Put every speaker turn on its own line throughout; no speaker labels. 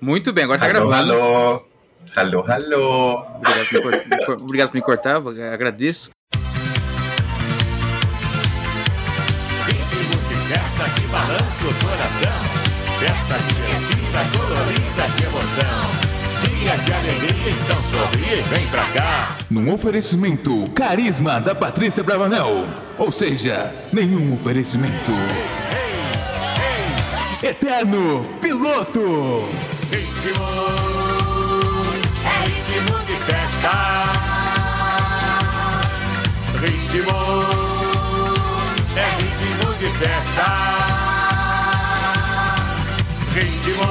Muito bem, agora tá
Alô,
gravando.
alô. Alô, alô.
Obrigado por, me cor- obrigado por me cortar, eu agradeço.
Ritmo de festa que balança o coração. Festa divertida, colorida de emoção. Dia de alegria, então sorri e vem pra cá.
Num oferecimento Carisma da Patrícia Bravanel. Ou seja, nenhum oferecimento. Eterno Piloto.
Ritmo, é ritmo de festa. Ritmo, é ritmo de festa. Ritmo,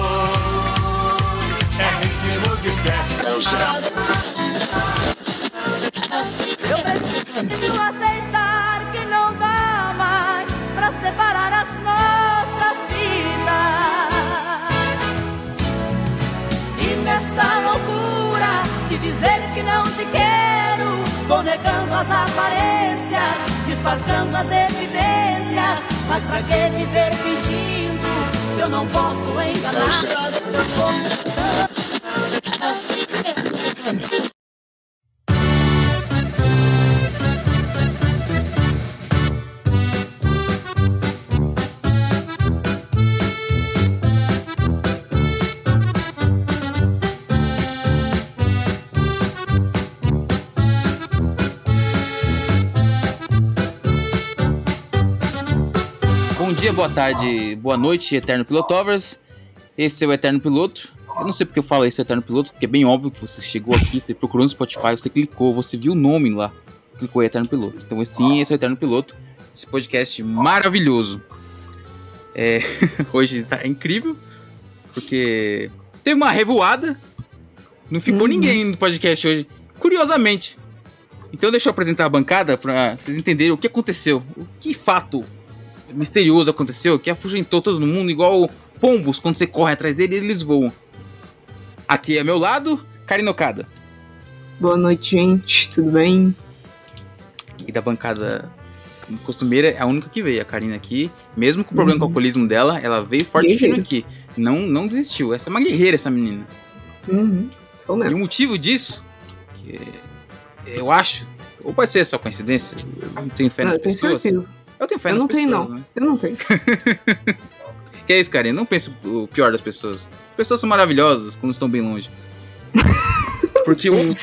é ritmo de festa.
Eu preciso aceitar que não dá mais pra separar as nossas vidas. E nessa loucura de dizer que não te quero, vou negando as aparências, disfarçando as evidências. Mas pra que viver fingindo se eu não posso enganar?
Bom dia, boa tarde, boa noite, Eterno Pilotovers. Esse é o Eterno Piloto. Eu não sei porque eu falo esse Eterno Piloto, porque é bem óbvio que você chegou aqui, você procurou no Spotify, você clicou, você viu o nome lá, clicou em Eterno Piloto. Então, sim, esse é o Eterno Piloto, esse podcast maravilhoso. É, hoje tá incrível, porque teve uma revoada, não ficou ninguém no podcast hoje, curiosamente. Então, deixa eu apresentar a bancada pra vocês entenderem o que aconteceu, o que fato misterioso aconteceu que afugentou todo mundo, igual pombos, quando você corre atrás dele, eles voam. Aqui é meu lado, Karinocada.
Boa noite, gente. Tudo bem?
E da bancada costumeira, é a única que veio, a Karina aqui. Mesmo com o
Uhum.
problema com o alcoolismo dela, ela veio forte e firme aqui. Não, não desistiu. Essa é uma guerreira, essa menina.
Uhum. Sou
E
mesmo.
o motivo disso, que eu acho, ou pode ser só coincidência, eu não tenho fé
Ah,
nas
eu tenho
pessoas.
certeza.
Eu tenho fé
Eu
nas
não tenho,
pessoas,
não.
né?
Eu não tenho.
Que é isso, Karina, não pense o pior das pessoas. As pessoas são maravilhosas quando estão bem longe. Porque o-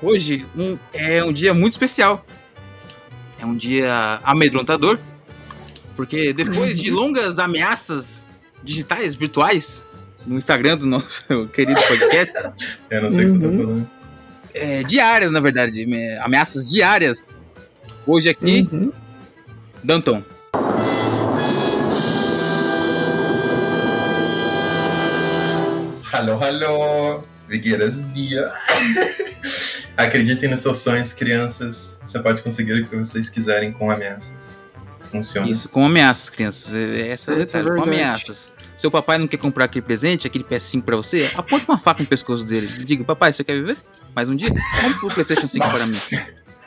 hoje um- é um dia muito especial. É um dia amedrontador. Porque depois de longas ameaças digitais, virtuais, no Instagram do nosso querido podcast,
Eu não sei o que você tá
Uhum.
falando.
é, diárias, na verdade, me- ameaças diárias, hoje aqui,
Uhum.
Danton.
Alô, alô. Vigueiras Dia. Acreditem nos seus sonhos, crianças. Você pode conseguir o que vocês quiserem com ameaças. Funciona.
Isso, com ameaças, crianças. É- Essa,
Essa
é
é
sério, com
verdade.
ameaças. Seu papai não quer comprar aquele presente, aquele PS5 pra você? Aponte uma faca no pescoço dele. e Diga, papai, você quer viver? Mais um dia? Compre o PlayStation 5 para mim.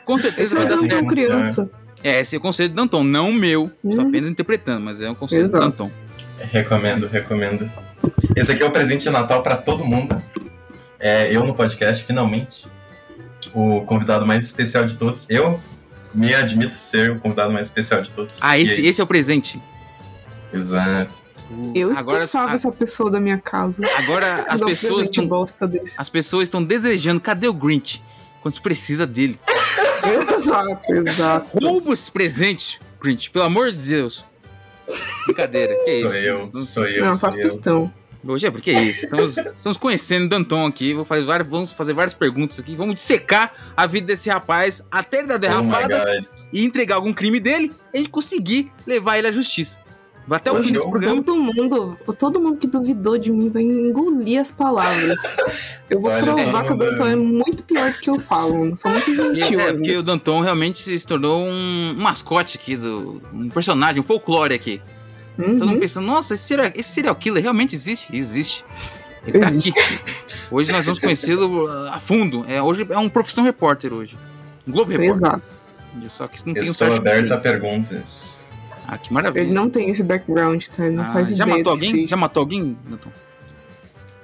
Com certeza
Esse
vai
é
dar
Danton.
certo.
tão criança.
É, esse é o conselho do Danton, não o meu. Estou
Uhum.
apenas interpretando, mas é um conselho do
Exato.
Danton.
Recomendo, recomendo. Esse aqui é o presente de Natal pra todo mundo. É, eu no podcast, finalmente. O convidado mais especial de todos. Eu me admito ser o convidado mais especial de todos.
Ah,
E
esse, é-
aí?
esse é o presente.
Exato.
Eu
agora,
expulsava
a-
essa pessoa da minha casa.
agora as
Dá um
pessoas
presente
estão
bosta desse.
as pessoas estão desejando. Cadê o Grinch? Quando se precisa dele.
exato, exato.
Rouba esse presente, Grinch. Pelo amor de Deus. Brincadeira. Que isso?
Sou eu,
é Não-
sou eu.
não, eu
sou
faço
eu.
questão.
Hoje é porque é isso. Estamos, estamos conhecendo o Danton aqui. Vou fazer várias, vamos fazer várias perguntas aqui. Vamos dissecar a vida desse rapaz até ele dar
Oh my
derrapada
God.
e entregar algum crime dele e a gente conseguir levar ele à justiça. Vai até o
Poxa,
fim desse
eu-
programa.
Todo mundo, todo mundo que duvidou de mim vai engolir as palavras. Eu vou
Olha,
provar que o
mano.
Danton é muito pior do que eu falo. Eu Sou muito
um
E,
gentil.
é,
ainda.
porque o Danton realmente se tornou um, um mascote aqui, do, um personagem, um folclore aqui. Todo mundo
Uhum.
pensando, nossa, esse serial, esse serial killer realmente existe? Existe. Ele tá aqui. Hoje nós vamos conhecê-lo uh, a fundo. É, hoje é um profissão repórter hoje. Um Globo Repórter.
Exato.
Só que isso não tem um
Estou
certo
aberto a perguntas.
Ah, que maravilha.
Ele não tem esse background, tá? Ele não
Ah,
faz
já
ideia do
matou
que
alguém?
seja.
Já matou alguém, Newton?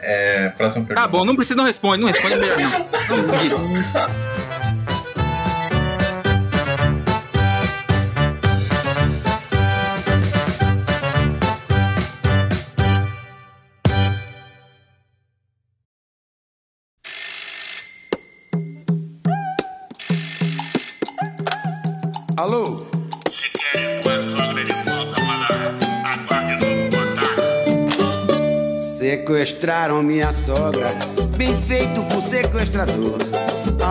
É, próxima pergunta.
Tá bom, não precisa, não responde, não responde, é melhor não. Vamos seguir.
Alô?
Se quer enquanto abre de volta para lá, aguarde novo contato.
Sequestraram minha sogra, bem feito por sequestrador.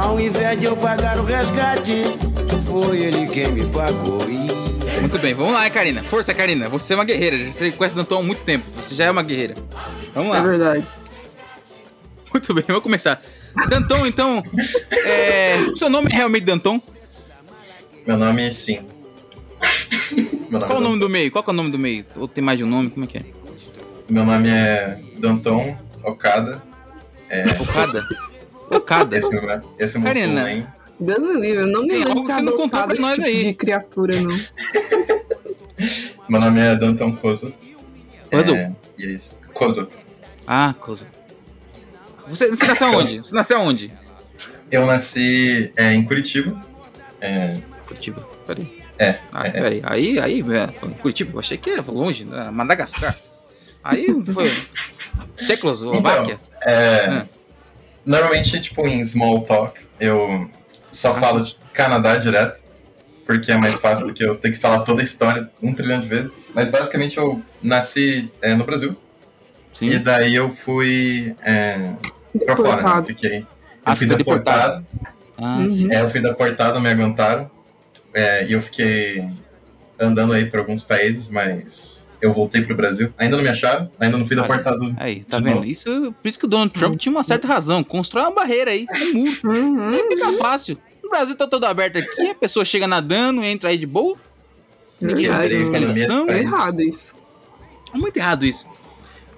Ao invés de eu pagar o resgate, foi ele quem me pagou. E
Muito bem, vamos lá, Karina. Força, Karina. Você é uma guerreira. já- Você conhece Danton há muito tempo. Você já é uma guerreira. Vamos
É
lá.
verdade.
Muito bem, vamos começar. Danton, então. é, Seu nome é realmente Danton?
Meu nome é Sim. Meu nome,
Qual
é
o
Dan-
nome do meio? Qual que é o nome do meio? Ou tem mais de um nome? Como é que é?
Meu nome é Danton Okada. É,
Okada? Okada.
esse meu, esse é meu
Karina.
full name.
Deus me livre, eu não me
Tem
lembro
algo
de
que você não contou pra
adotado esse
nós
tipo
aí.
de criatura, não.
Meu nome é Danton Kozo.
Kozo?
É, e é isso. Kozo.
Ah, Kozo. Você, você nasceu aonde? Você nasceu aonde?
Eu nasci é, em Curitiba. É,
Curitiba. Peraí.
é,
Ah,
é,
peraí. Aí, aí, é, foi em Curitiba. Eu achei que era longe, né? Madagascar. Aí foi.
Então,
Tchecoslováquia.
é.
Hum.
Normalmente, tipo, em small talk, eu só
Ah,
falo de Canadá direto, porque é mais fácil do que eu ter que falar toda a história um trilhão de vezes. Mas basicamente eu nasci é, no Brasil,
Sim.
e daí eu fui é, pra fora, né?
Deportado.
Fiquei. Eu
Ah,
fui
você foi deportado. Ah,
Uhum.
sim.
É, eu fui deportado, me aguentaram. É, e eu fiquei andando aí por alguns países, mas eu voltei pro Brasil. Ainda não me acharam, ainda não fui
Cara,
deportado.
Aí, tá
De
vendo?
novo.
Isso, por isso que o Donald Trump tinha uma certa razão. Constrói uma barreira aí, um muro.
Uhum.
Aí fica fácil. O Brasil tá todo aberto aqui, a pessoa chega nadando, entra aí de boa. Ninguém
Verdade,
tem
mano.
fiscalização.
É
Mas-
errado isso.
É muito errado isso.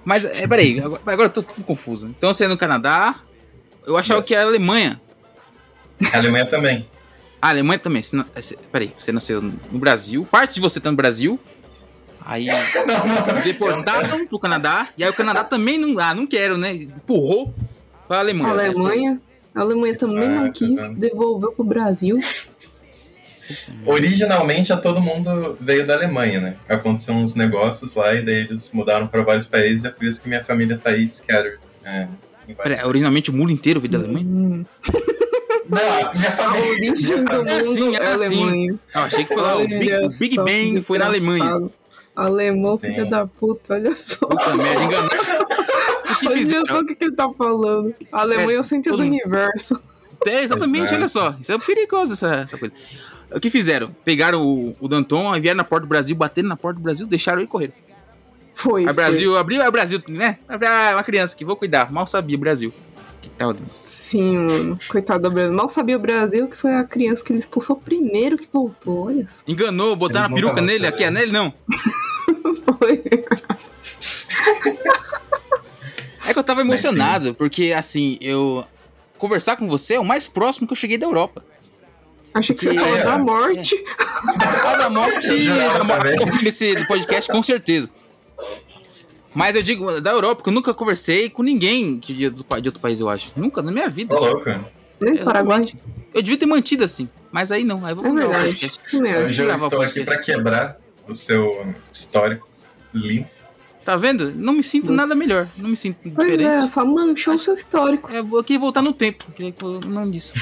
Mas, é, peraí, agora, agora eu tô tudo confuso. Então você é no Canadá, eu achava
Yes.
que era Alemanha.
A Alemanha também.
Ah, Alemanha também. Você, na- você- peraí, você nasceu no Brasil, parte de você tá no Brasil. Aí deportaram pro Canadá, e aí o Canadá também não. Ah, não quero, né? Empurrou pra
A
Alemanha.
Alemanha, a Alemanha também não
Exato,
quis,
exato.
devolveu pro
É
Brasil.
assim,
Originalmente, a todo mundo veio da Alemanha, né? Aconteceu uns negócios lá e daí eles mudaram pra vários países. É por isso que minha família tá aí scattered. É, em vários-
Peraí, originalmente o mundo inteiro veio da Alemanha?
Hum.
Não, minha
A
família.
origem do mundo
É assim, é
é a
assim.
Alemanha.
Eu achei que foi lá, o
Olha
Big, o Big
só que
Bang foi na Alemanha.
desgraçado. Alemão,
Sim.
filha da puta, olha só.
Puta merda, enganou. O que
Olha só
fizeram?
o que, que ele tá falando. A Alemanha é o centro
todo
do
mundo.
universo.
É, exatamente,
Exato.
olha só. Isso é perigoso, essa, essa coisa. O que fizeram? Pegaram o, o Danton, aí vieram na porta do Brasil, bateram na porta do Brasil, deixaram ele correr.
Foi.
Aí
foi.
o É Brasil abriu, aí o Brasil, né? Ah, é uma criança que vou cuidar. Mal sabia, Brasil. Que tal? né?
Sim, mano. Coitado do Brasil. Mal sabia o Brasil que foi a criança que ele expulsou primeiro que voltou. Olha só.
Enganou, botaram a
Eles
peruca
nunca
nele,
vão
aqui é nele, não.
Foi.
É que eu tava
Mas sim.
emocionado, porque assim, eu. Conversar com você é o mais próximo que eu cheguei da Europa.
Achei que você
Porque-
falou da morte.
Ah, da morte,
Eu jurava
da morte
também.
é o fim desse podcast, com certeza. Mas eu digo da Europa, porque eu nunca conversei com ninguém que de, do pa- de outro país, eu acho. Nunca, na minha vida.
Ô, louco.
Nem do né? Paraguai.
Exatamente. Eu devia ter mantido assim, mas aí não. Aí eu vou
É
mudar o
verdade.
podcast.
Isso mesmo.
Hoje eu
gravar o
estou aqui
podcast.
pra quebrar o seu histórico limpo.
Tá vendo? Não me sinto nada
Putz.
melhor. Não me sinto
Pois é,
diferente.
só manchou o seu histórico.
É, eu queria voltar no tempo. eu queria que eu- Não disso.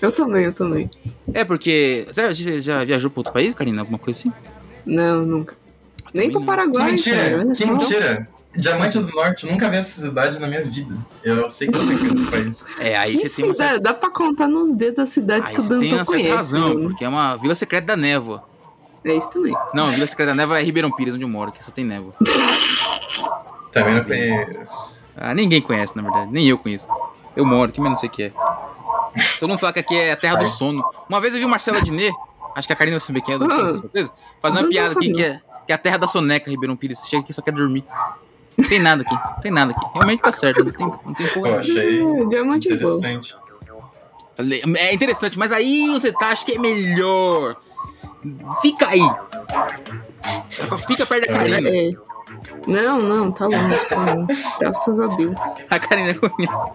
Eu também, eu também.
É porque. Você você já viajou pra outro país, Karina? Alguma coisa assim?
Não, nunca. Nem pro
não.
Paraguai, cara.
mentira,
Olha
que
só.
mentira. Diamante do Norte, nunca vi essa cidade na minha vida. Eu sei que eu tenho que ir no país.
É, aí
Que
você tem uma certa-
cidade? Dá pra contar nos dedos a cidade
aí
que o
você tem
Danton
uma certa
conhece.
razão, Tá
mano.
porque é uma vila secreta da névoa.
É isso também.
Não, Vila Secreta da Neva é Ribeirão Pires, onde eu moro, que só tem névoa.
Também não conheço.
Ah, ninguém conhece, na verdade. Nem eu conheço. Eu moro, que menos sei o que é. Todo mundo fala que aqui é a terra do sono. Uma vez eu vi o Marcelo Adnet, acho que a Karina vai saber quem é, não tenho certeza, fazer uma
Ah, Não
piada aqui
sabia.
que é, que é a terra da soneca, Ribeirão Pires. Chega aqui e só quer dormir. Não tem nada aqui, não tem nada aqui. Realmente tá certo, não tem, não tem
Pô,
porra.
achei
É, diamante em bom.
interessante.
É interessante, mas aí você tá, acho que é melhor. Fica aí. Fica perto da Karina.
É. Não, não, tá longe, tá longe. Graças a Deus.
A Karina conhece.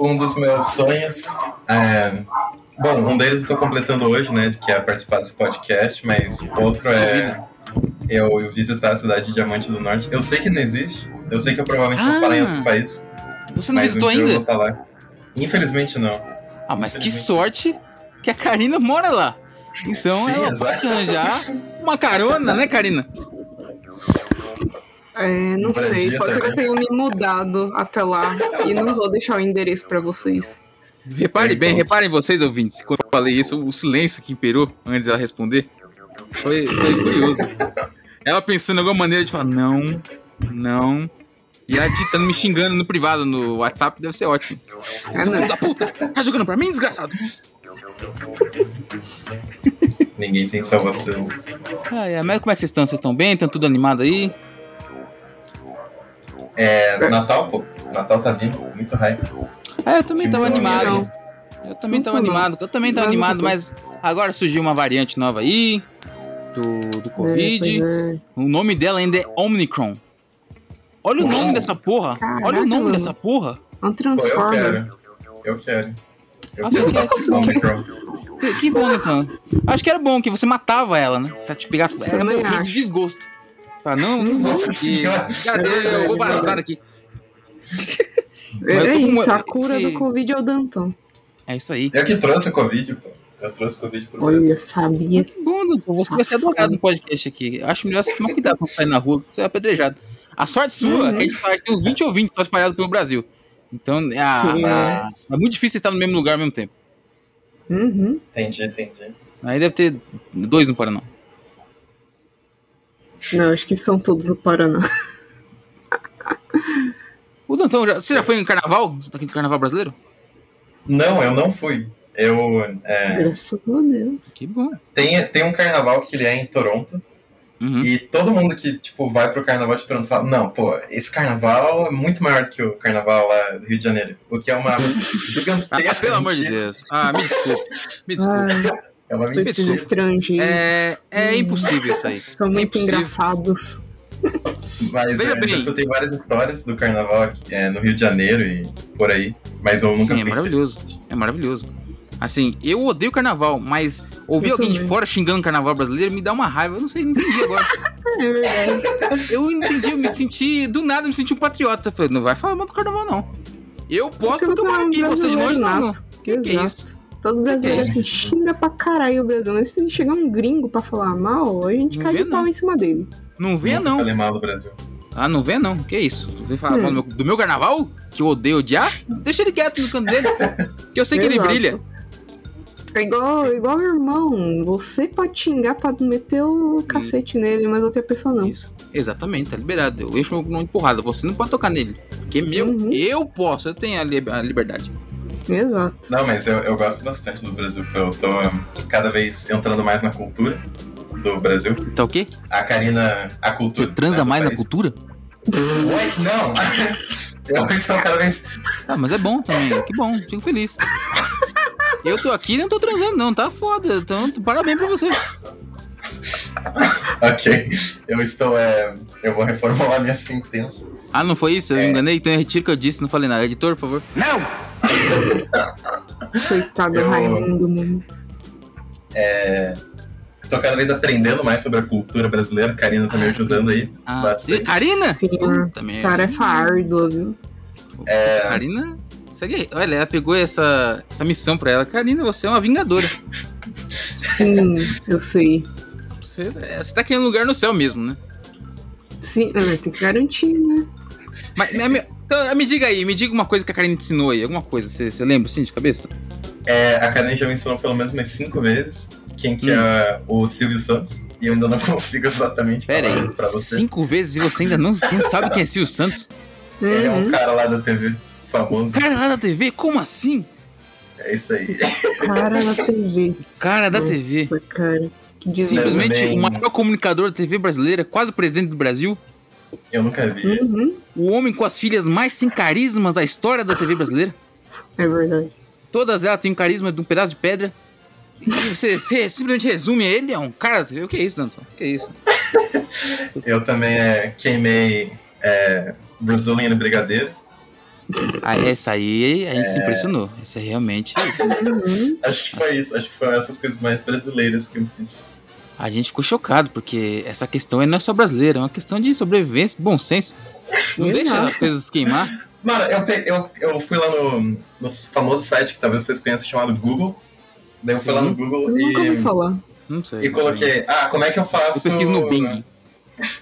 um dos meus sonhos. É... Bom, um deles eu tô completando hoje, né? Que é participar desse podcast, mas outro é eu eu visitar a cidade de Diamante do Norte. Eu sei que não existe, eu sei que eu provavelmente vou parar em
Ah,
outro país.
Você não
mas
visitou
um dia eu vou
ainda?
estar lá. Infelizmente não.
Ah, mas que sorte que a Karina mora lá. Então
Sim,
ela
exato.
pode arranjar uma carona, né, Karina?
É, não
No Brasil
sei, pode ser que eu tenha me mudado até lá e não vou deixar o endereço pra vocês. É,
Repare bem,
então.
reparem vocês, ouvintes. Quando eu falei isso, o silêncio que imperou antes dela responder foi, foi curioso. Ela pensando em alguma maneira de falar, não, não. E ela ditando, me xingando no privado, no WhatsApp, deve ser ótimo.
É, não.
Tá jogando pra mim, desgraçado?
Ninguém tem salvação.
Ah, é, mas como é que vocês estão? Vocês estão bem? Estão tudo animado aí?
É, Natal, pô. Natal tá vindo, muito hype.
Ah, eu também tava
Então,
animado.
Não.
Eu também tava
Não tô, não.
animado. Eu também tava
Então, Não,
animado,
não tô.
mas agora surgiu uma variante nova aí do, do Covid.
É, pois é.
O nome dela ainda é Omnicron. Olha o nome dessa porra. Olha
Caraca,
o nome
mano.
dessa porra.
É um
Pô, eu
Transformer.
quero. Eu quero. Eu
Ah,
quero
você quer?
Natal com Omicron.
Que, que bom, né, cara? Acho que era bom que você matava ela, né? Se ela te pegasse. Ela
Também
morria de
acho.
desgosto. Fala, não, não gosto
Nossa
aqui.
senhora.
Cadê? Eu vou
Verdade,
balançar
verdade.
aqui. Mas
É,
eu tô com
isso,
uma-
a cura
esse-
do Covid é o Danton.
É isso aí.
Eu que trouxe o Covid, pô. Eu trouxe o Covid pro Brasil.
É.
Olha, sabia.
Que bom, Dudu. Você vai ser adorado no podcast aqui. Eu Acho melhor você tomar cuidado pra sair na rua, que você é apedrejado. A sorte sua é que a gente faz, tem uns 20 ouvintes só espalhados pelo Brasil. Então, é,
Sim.
a- é muito difícil estar no mesmo lugar ao mesmo tempo.
Uhum.
Entendi, entendi.
Aí deve ter dois no Paraná.
Não, acho que são todos do Paraná.
O Dantão, já- você já foi em carnaval? Você tá aqui no carnaval brasileiro?
Não, eu não fui. Eu. é,
Graças a Deus.
Que bom.
tem, tem um carnaval que ele é em Toronto.
Uhum.
E todo mundo que, tipo, vai pro carnaval de Toronto fala, não, pô, esse carnaval é muito maior do que o carnaval lá do Rio de Janeiro. O que é uma
Ah,
gigantesca.
pelo amor de
mentira.
Deus. Ah, me desculpa. Me desculpa.
Ai,
É uma
com esses
mentira.
estrangeiros.
É, é
Hum,
impossível isso aí.
São
é
muito
impossível.
engraçados.
Mas
Veja
é,
bem.
eu escutei várias histórias do carnaval aqui, é, no Rio de Janeiro e por aí. Mas eu nunca
Sim, é
fui.
maravilhoso. É maravilhoso. Assim, eu odeio carnaval, mas ouvir
Eu
alguém de
também.
fora xingando o carnaval brasileiro me dá uma raiva. Eu não sei, não entendi agora.
É verdade.
eu entendi, eu me senti, do nada, eu me senti um patriota. Eu falei, não vai falar mal do carnaval, não. Eu posso porque eu
é
moro
um
aqui, você de longe
brasileiro
não. não.
nato.
Que que é
Exato.
isso? É.
Todo brasileiro
Que
assim xinga pra caralho o Brasil. Mas se chegar um gringo pra falar mal, a gente
Não
cai
vê,
de pau
não.
em cima dele.
Não vê,
Nunca
não.
Falei mal do Brasil.
Ah, não vê, não. Que isso? Vem falar
Hum.
mal do meu, do meu carnaval? Que eu odeio odiar? Deixa ele quieto no canto dele. Que eu sei que ele
Exato.
brilha.
É igual, igual irmão. Você pode xingar pra meter o cacete nele, mas outra pessoa não.
Isso. Exatamente, tá liberado. Eu encho uma empurrada. Você não pode tocar nele. Porque é meu,
Uhum.
eu posso, eu tenho a, li- a liberdade.
Exato.
Não, mas eu, eu gosto bastante do Brasil. porque Eu tô um, cada vez entrando mais na cultura do Brasil.
Tá o quê?
A Karina, a
Você
cultura. né,
transa
do
mais na
país.
cultura?
Ué, não! Eu estou cada vez.
Ah, mas é bom também. Que bom, fico feliz. Eu tô aqui e não tô transando, não. Tá foda. Então, parabéns pra você.
Ok, eu estou. é, Eu vou reformular minha sentença.
Ah, não foi isso? Eu
É.
enganei? Então eu retiro o que eu disse, não falei nada. Editor, por favor.
Coitado
Eu-
Raimundo, né? mano.
Estou cada vez aprendendo mais sobre a cultura brasileira. A Karina tá me ajudando aí.
Ah,
Bastante.
e- Karina? é
Sim.
Puta merda.
Tarefa árdua, viu?
É,
tá. Karina, segue aí. Olha, ela pegou essa, essa missão pra ela. Karina, você é uma vingadora.
Sim, eu sei.
Você, é, você tá querendo lugar no céu mesmo, né?
Sim, ah, tem que garantir, né?
Mas, mas me, então, me diga aí, me diga uma coisa que a Karina te ensinou aí, alguma coisa, você, você lembra assim de cabeça?
É, a Karina já me ensinou pelo menos umas cinco vezes quem que é o Silvio Santos. E eu ainda não consigo exatamente
Pera
falar
aí,
pra você.
cinco vezes e você ainda não, não sabe quem é Silvio Santos?
Ele é um
Uhum.
cara lá da TV
O
famoso.
cara lá da TV, como assim?
É isso aí.
Cara na TV.
O Cara da
Nossa,
TV,
cara. Que desgraça.
simplesmente
Também.
o maior comunicador da TV brasileira, quase o presidente do Brasil,
Eu nunca vi.
Uhum,
o homem com as filhas mais sem carismas da história da TV brasileira.
é verdade.
Todas elas têm o carisma um de um pedaço de pedra. E você, você simplesmente resume ele, é um cara. O que é isso, Danton? O que é isso? Uhum.
Eu também é, queimei é, Brazilian Brigadeiro.
Ah, essa aí a gente se impressionou. Essa realmente.
Uhum,
Acho que foi isso. Acho que foram essas coisas mais brasileiras que eu fiz.
A gente ficou chocado, porque essa questão aí não é só brasileira, é uma questão de sobrevivência, de bom senso. Não
Eu
deixa
não.
as coisas queimar.
Mano, eu, pe- eu, eu fui lá no, no famoso site que talvez vocês conheçam chamado Google. Daí eu fui lá no
Eu
Google
nunca ouvi
e,
falar.
Não sei.
e coloquei, ah, como é que eu faço.
Eu pesquiso no Bing.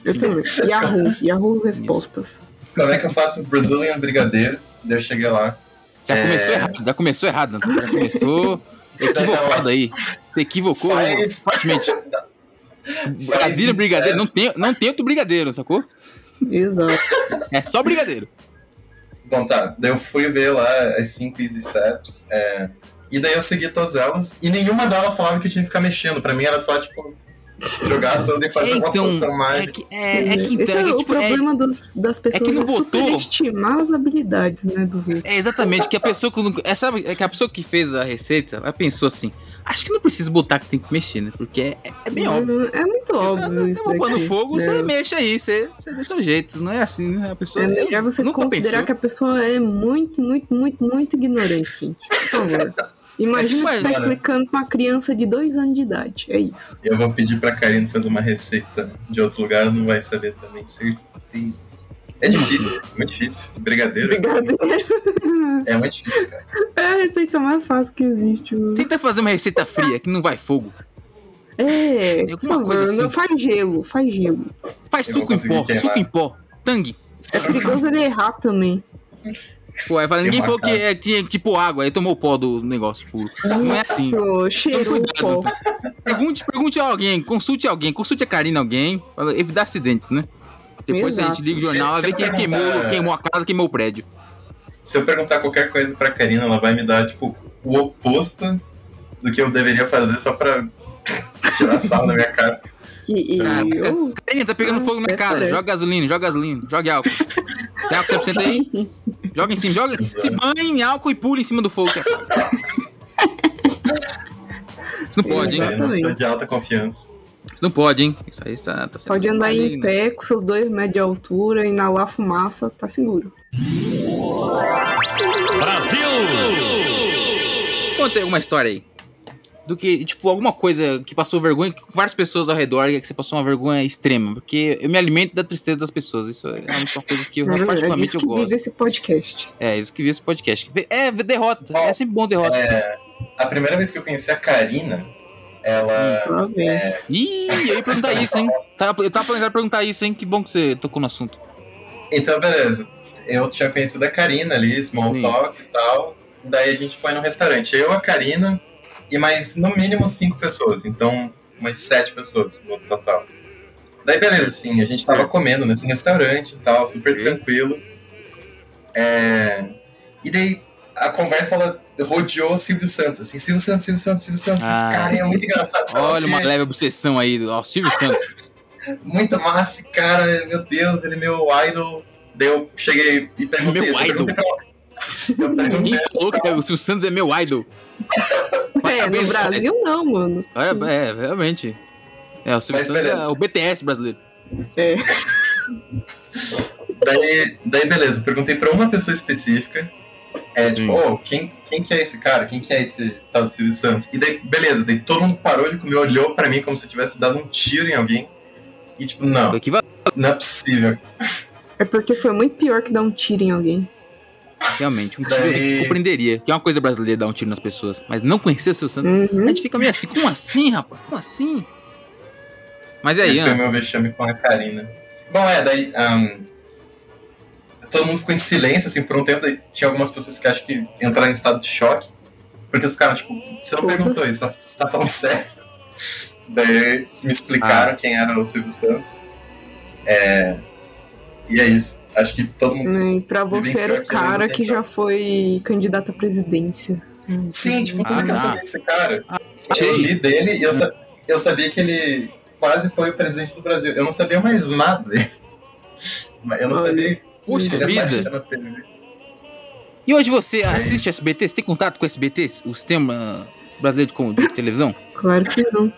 Eu também. Yahoo. Yahoo Respostas.
Como é que eu faço Brazilian Brigadeiro? Daí eu cheguei lá.
Já
É. Então tá
começou errado, já começou errado, Danton. Já começou equivocado aí. Você equivocou
Vai.
fortemente. Brasília
é.
Brigadeiro, não tem, não tem outro brigadeiro, sacou?
Exato.
É só brigadeiro.
Bom, tá. Daí eu fui ver lá as cinco easy steps. é, E daí eu segui todas elas. E nenhuma delas falava que eu tinha que ficar mexendo. Pra mim era só, tipo, jogar tudo e fazer uma
Então,
poção
É
mágica.
que, é, é que,
Esse
então,
é,
é que,
o
tipo, é-
problema das, das pessoas
não
é
botou.
superestimar as habilidades, né, dos outros.
É exatamente que a pessoa que nunca- é, sabe, é que a pessoa que fez a receita, ela pensou assim: acho que não preciso botar que tem que mexer, né? Porque é, é- é bem óbvio.
É, é muito óbvio
Eu
isso
vou pôr no
daqui.
fogo,
né?
você mexe aí, você, você dê seu jeito. Não é assim, né? A pessoa.
É melhor
eu
você
nunca
considerar
pensou.
que a pessoa é muito, muito, muito, muito ignorante, gente. Por favor. Imagina que
Mas,
você tá
olha-
explicando pra uma criança de dois anos de idade. É isso.
Eu vou pedir pra Karine fazer uma receita de outro lugar, não vai saber também, certeza. É difícil, muito difícil. Brigadeiro.
Brigadeiro.
É muito difícil, cara.
É a receita mais fácil que existe, mano.
Tenta fazer uma receita fria que não vai fogo.
É, por
alguma
favor,
coisa assim.
não faz gelo, faz gelo.
Faz
Eu
suco
vou
em pó,
conseguir
suco em pó. Tangue.
É perigoso ele errar também.
Pô, aí fala, ninguém
Tem uma
falou que é, tinha tipo água, aí tomou o pó do negócio puro. Não é assim.
Isso,
Então,
cheiro de
cuidado.
pó.
então. Pergunte, pergunte a alguém, consulte alguém, consulte a Karina alguém, para evitar acidentes, né? Depois a
Exato.
gente liga o jornal,
Se-
vê
se
quem
eu
queimou,
perguntar-
queimou a casa, queimou o prédio.
Se eu perguntar qualquer coisa pra Karine, ela vai me dar, tipo, o oposto do que eu deveria fazer só pra tirar sal na minha cara.
E, e
Ah,
eu-
Karina, tá pegando
Ah,
fogo na
até
casa,
parece.
joga gasolina, joga gasolina, joga álcool. Tem álcool 100% aí? Joga em cima, joga, se banhe em álcool e pula em cima do fogo. que apaga. Isso não pode, hein?
Karine, uma pessoa de alta confiança.
Isso não pode, hein? Isso aí está, tá sendo
Pode andar em
maligno.
pé com seus dois metros de altura, inalar fumaça, tá seguro.
Brasil!
Conta alguma história aí. Do que, tipo, alguma coisa que passou vergonha com várias pessoas ao redor e é que você passou uma vergonha extrema. Porque eu me alimento da tristeza das pessoas. Isso é uma coisa que eu,
Na verdade, é
particularmente
disso
eu
que vive
gosto.
esse podcast.
É, isso que vi esse podcast. É, derrota.
Bom,
É sempre bom derrota.
A primeira vez que eu conheci a Karina, ela.
Tá bem.
Ih, eu ia perguntar isso, hein? Tava- Eu tava planejando perguntar isso, hein? Que bom que você tocou no assunto.
Então, beleza. Eu tinha conhecido a Karina ali, small
Sim.
talk e tal. Daí a gente foi num restaurante. Eu, a Karina e mais, no mínimo, cinco pessoas. Então, umas sete pessoas no total. Daí, beleza, assim, a gente
É.
tava comendo nesse restaurante e tal, super
Ok.
tranquilo. É, E daí, a conversa, ela rodeou o Silvio Santos, assim, Silvio Santos, Silvio Santos, Silvio Santos,
Ah.
esse cara é muito engraçado. sei lá o
Olha
quê
uma leve obsessão aí do ao Silvio Santos.
muito massa, esse cara, meu Deus, ele é meu idol. Daí eu cheguei e perguntei.
é Meu
eu perguntei
idol.
pra ela- Eu perguntei,
Ninguém falou que o Silvio Santos é meu idol. né?
É,
Parabéns,
no Brasil não, mano.
Olha, é, realmente. É, o Silvio
Mas
Santos é
beleza.
o BTS brasileiro. É.
daí, daí beleza, eu perguntei pra uma pessoa específica. É, tipo,
Hum.
ô, quem, quem que é esse cara? Quem que é esse tal de Silvio Santos? E daí, beleza, daí todo mundo parou de comer, olhou pra mim como se eu tivesse dado um tiro em alguém. E tipo,
O
não,
equivalente.
não é possível.
É porque foi muito pior que dar um tiro em alguém.
Realmente, um tiro
Daí-
eu compreenderia. Que é uma coisa brasileira dar um tiro nas pessoas. Mas não conhecer o seu santo. A
Uhum.
gente fica meio assim, como assim, rapaz? Como assim? Mas é, e aí,
Esse foi
Ana?
meu vexame com a Karina. Bom, é, daí. ahn, todo mundo ficou em silêncio, assim, por um tempo. Daí tinha algumas pessoas que acho que entraram em estado de choque. Porque eles ficaram, tipo, você não
Todas.
perguntou isso, tá- você tá falando sério. Daí me explicaram quem era o Silvio Santos. É. E é isso. Acho que todo mundo.
Né, E pra você era
Vivenciou
o
aquilo,
cara
não
que
tem
já foi candidato à presidência.
Sim, tipo, como é que eu
Ah,
sabia desse cara? Eu
sei.
li dele e eu, sa- eu sabia que ele quase foi o presidente do Brasil. Eu não sabia mais nada dele. Mas Eu não
Olha.
sabia
Puxa
Ele apareceu
vida.
na TV.
E hoje você assiste SBT? Você tem contato com SBT? Os temas brasileiro de, como- de televisão?
Claro que não.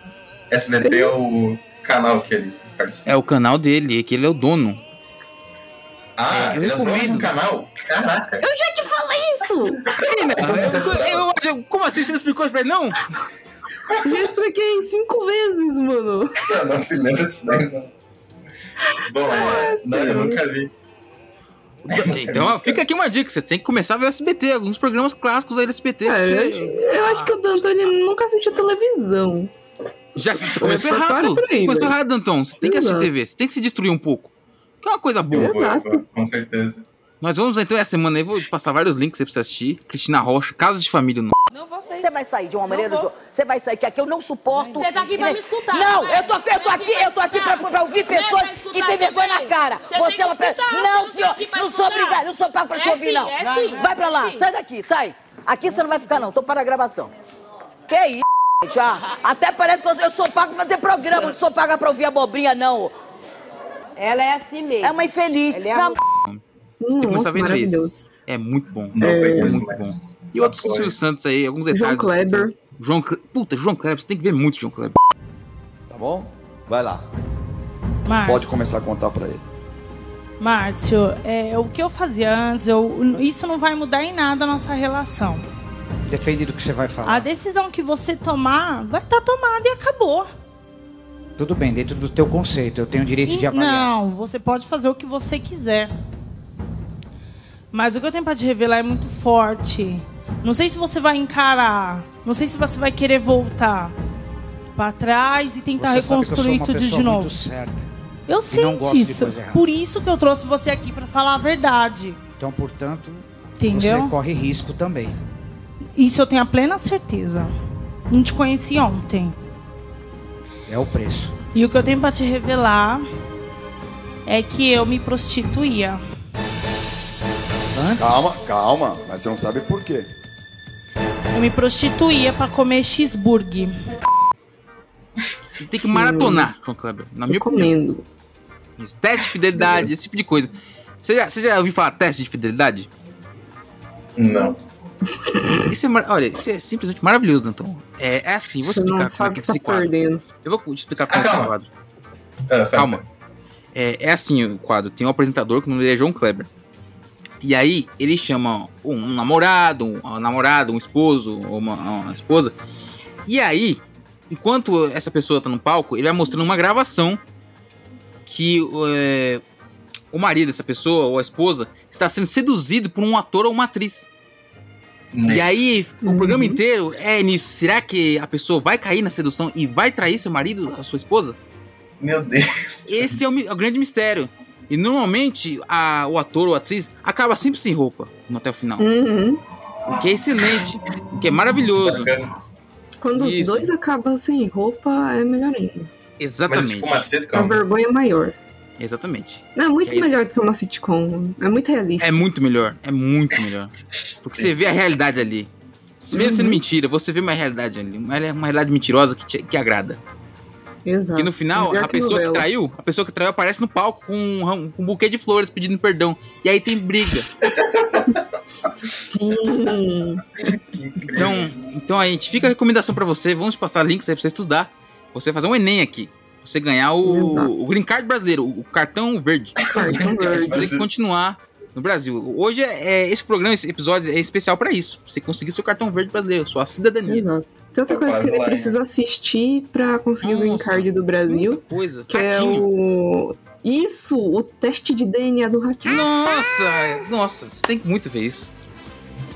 SBT é o canal que ele participa.
É o canal dele, que ele é o dono.
Ah,
eu
ele é o dono
recomendo.
do canal? Caraca.
Eu já te falei isso!
Eu- eu- como assim? Você não explicou isso pra ele, não?
Já expliquei cinco vezes, mano.
Eu não me lembro disso daí, não. Bom, é,
Ah,
não, eu
sim.
nunca vi.
Então ó, fica aqui uma dica, você tem que começar a ver o SBT, alguns programas clássicos aí do SBT.
Cara,
você
É, eu, eu acho que o Dantoni nunca assistiu televisão.
já se- começou
Para
errado.
por aí,
começou
velho.
errado, Danton. Você tem que assistir
Exato.
TV, você tem que se destruir um pouco. Que é uma coisa boa.
Eu vou, eu
Exato.
vou, com certeza.
Nós vamos então essa semana aí, vou te passar vários links aí pra você assistir. Cristina Rocha, Casa de Família. no-
Não vou sair.
Você vai sair de uma maneira ou de
vou.
outra. Você vai sair, que aqui eu não suporto.
Você tá aqui pra me escutar,
Não,
vai.
eu tô aqui, eu tô
Você
aqui,
tem que
eu tô aqui pra,
escutar.
pra ouvir
Você
pessoas
tem que escutar
que têm vergonha na
também.
cara.
Você tem que
é uma pe-
escutar, você
Não,
não tá
senhor,
aqui pra
não sou
escutar.
obrigada, não sou pago pra
É
te ouvir,
sim,
não.
é sim,
Vai pra
é
lá,
sim.
sai daqui, sai. Aqui você não vai ficar, não. Tô para a gravação. Que isso, gente? ah? Até parece que eu- eu sou pago pra fazer programa, não sou paga pra ouvir abobrinha, não.
Ela é assim mesmo.
É uma infeliz.
Ela é
Não,
arrogante.
Você tem que começar
Nossa,
a ver
maravilhoso.
isso. É muito bom.
Não conheço,
muito
mas.
E outros do
apoio.
Silvio Santos aí, alguns
João
detalhes. do Silvio
Kleber.
Santos. João Kleber. Puta, João Kleber, você tem que ver muito João Kleber.
Tá bom? Vai lá.
Márcio,
Pode começar a contar pra ele.
Márcio é, o que eu fazia antes, eu- isso não vai mudar em nada a nossa relação.
Depende do que você vai
A
falar.
decisão que você tomar vai estar tomada e acabou.
Tudo bem, dentro do teu conceito, eu tenho o direito de
E-
avaliar.
Não, você pode fazer o que você quiser. Mas o que eu tenho pra te revelar é muito forte. Não sei se você vai encarar. Não sei se você vai querer voltar pra trás e tentar
você sabe que eu sou
reconstruir
uma
tudo
pessoa
tá de novo.
muito certa.
Eu
e não
sei
gosto de
disso.
coisa errada.
Por isso que eu trouxe você aqui pra falar a verdade.
Então, portanto,
Entendeu?
você corre risco também.
Isso eu tenho a plena certeza. Não te conheci ontem.
É o preço.
E o que eu tenho pra te revelar é que eu me prostituía.
Antes,
Calma, calma. Mas você não sabe por quê.
Eu me prostituía pra comer cheeseburger.
Você tem que maratonar João Kleber. Na minha opinião.
Recomendo.
Isso, Teste de fidelidade, esse tipo de coisa. Você já, você já ouviu falar teste de fidelidade?
Não.
Isso é mar- Olha, isso é simplesmente maravilhoso, Danton. É, é assim, vou
Você
explicar
não
como é
sabe
que é
o que tá
esse quadro.
perdendo.
Eu vou te explicar como é
Ah,
esse
calma.
quadro.
Ah, fala.
Calma. É, é assim o quadro. Tem um apresentador que o nome dele é João Kleber. E aí ele chama um namorado, um, um namorado, um esposo, ou uma, uma esposa. E aí, enquanto essa pessoa tá no palco, ele vai mostrando uma gravação que é, o marido dessa pessoa, ou a esposa, está sendo seduzido por um ator ou uma atriz.
É.
E aí, o
Uhum.
programa inteiro é nisso. Será que a pessoa vai cair na sedução e vai trair seu marido, a sua esposa?
Meu Deus.
Esse é o, mi- é o grande mistério. E normalmente a- o ator ou atriz acaba sempre sem roupa no até o final.
Uhum.
O que é excelente, o que é maravilhoso.
Bacana.
Quando
Isso.
os dois acabam sem roupa, é melhor ainda.
Mas tipo
Exatamente.
uma
A
sitcom.
vergonha é maior.
Exatamente.
Não, é muito
Que aí-
melhor do que uma sitcom. É muito realista.
É muito melhor. É muito melhor. Porque você vê a realidade ali. Se Mesmo sendo
Uhum.
mentira, você vê uma realidade ali. Uma uma realidade mentirosa que, te- que agrada.
Exato.
E no final,
Melhor
a pessoa que
novela.
traiu, a pessoa que traiu aparece no palco com um, ram- com um buquê de flores pedindo perdão. E aí tem briga.
Sim.
Então, então a gente fica a recomendação pra você. Vamos passar links aí pra você estudar. Você fazer um Enem aqui. Você ganhar
Exato.
o, o Green Card brasileiro, o cartão verde.
Cartão verde.
Você tem que continuar no Brasil. Hoje é, é- esse programa, esse episódio é especial pra isso. Pra Você conseguir seu cartão verde brasileiro, sua cidadania.
Exato. Tem
Tá
outra coisa que
quase
ele
lá, hein?
precisa assistir pra conseguir o green
Nossa.
card do Brasil,
Muita coisa.
que é o... Isso, o teste de DNA do ratinho.
Nossa, nossa, você tem que muito ver isso.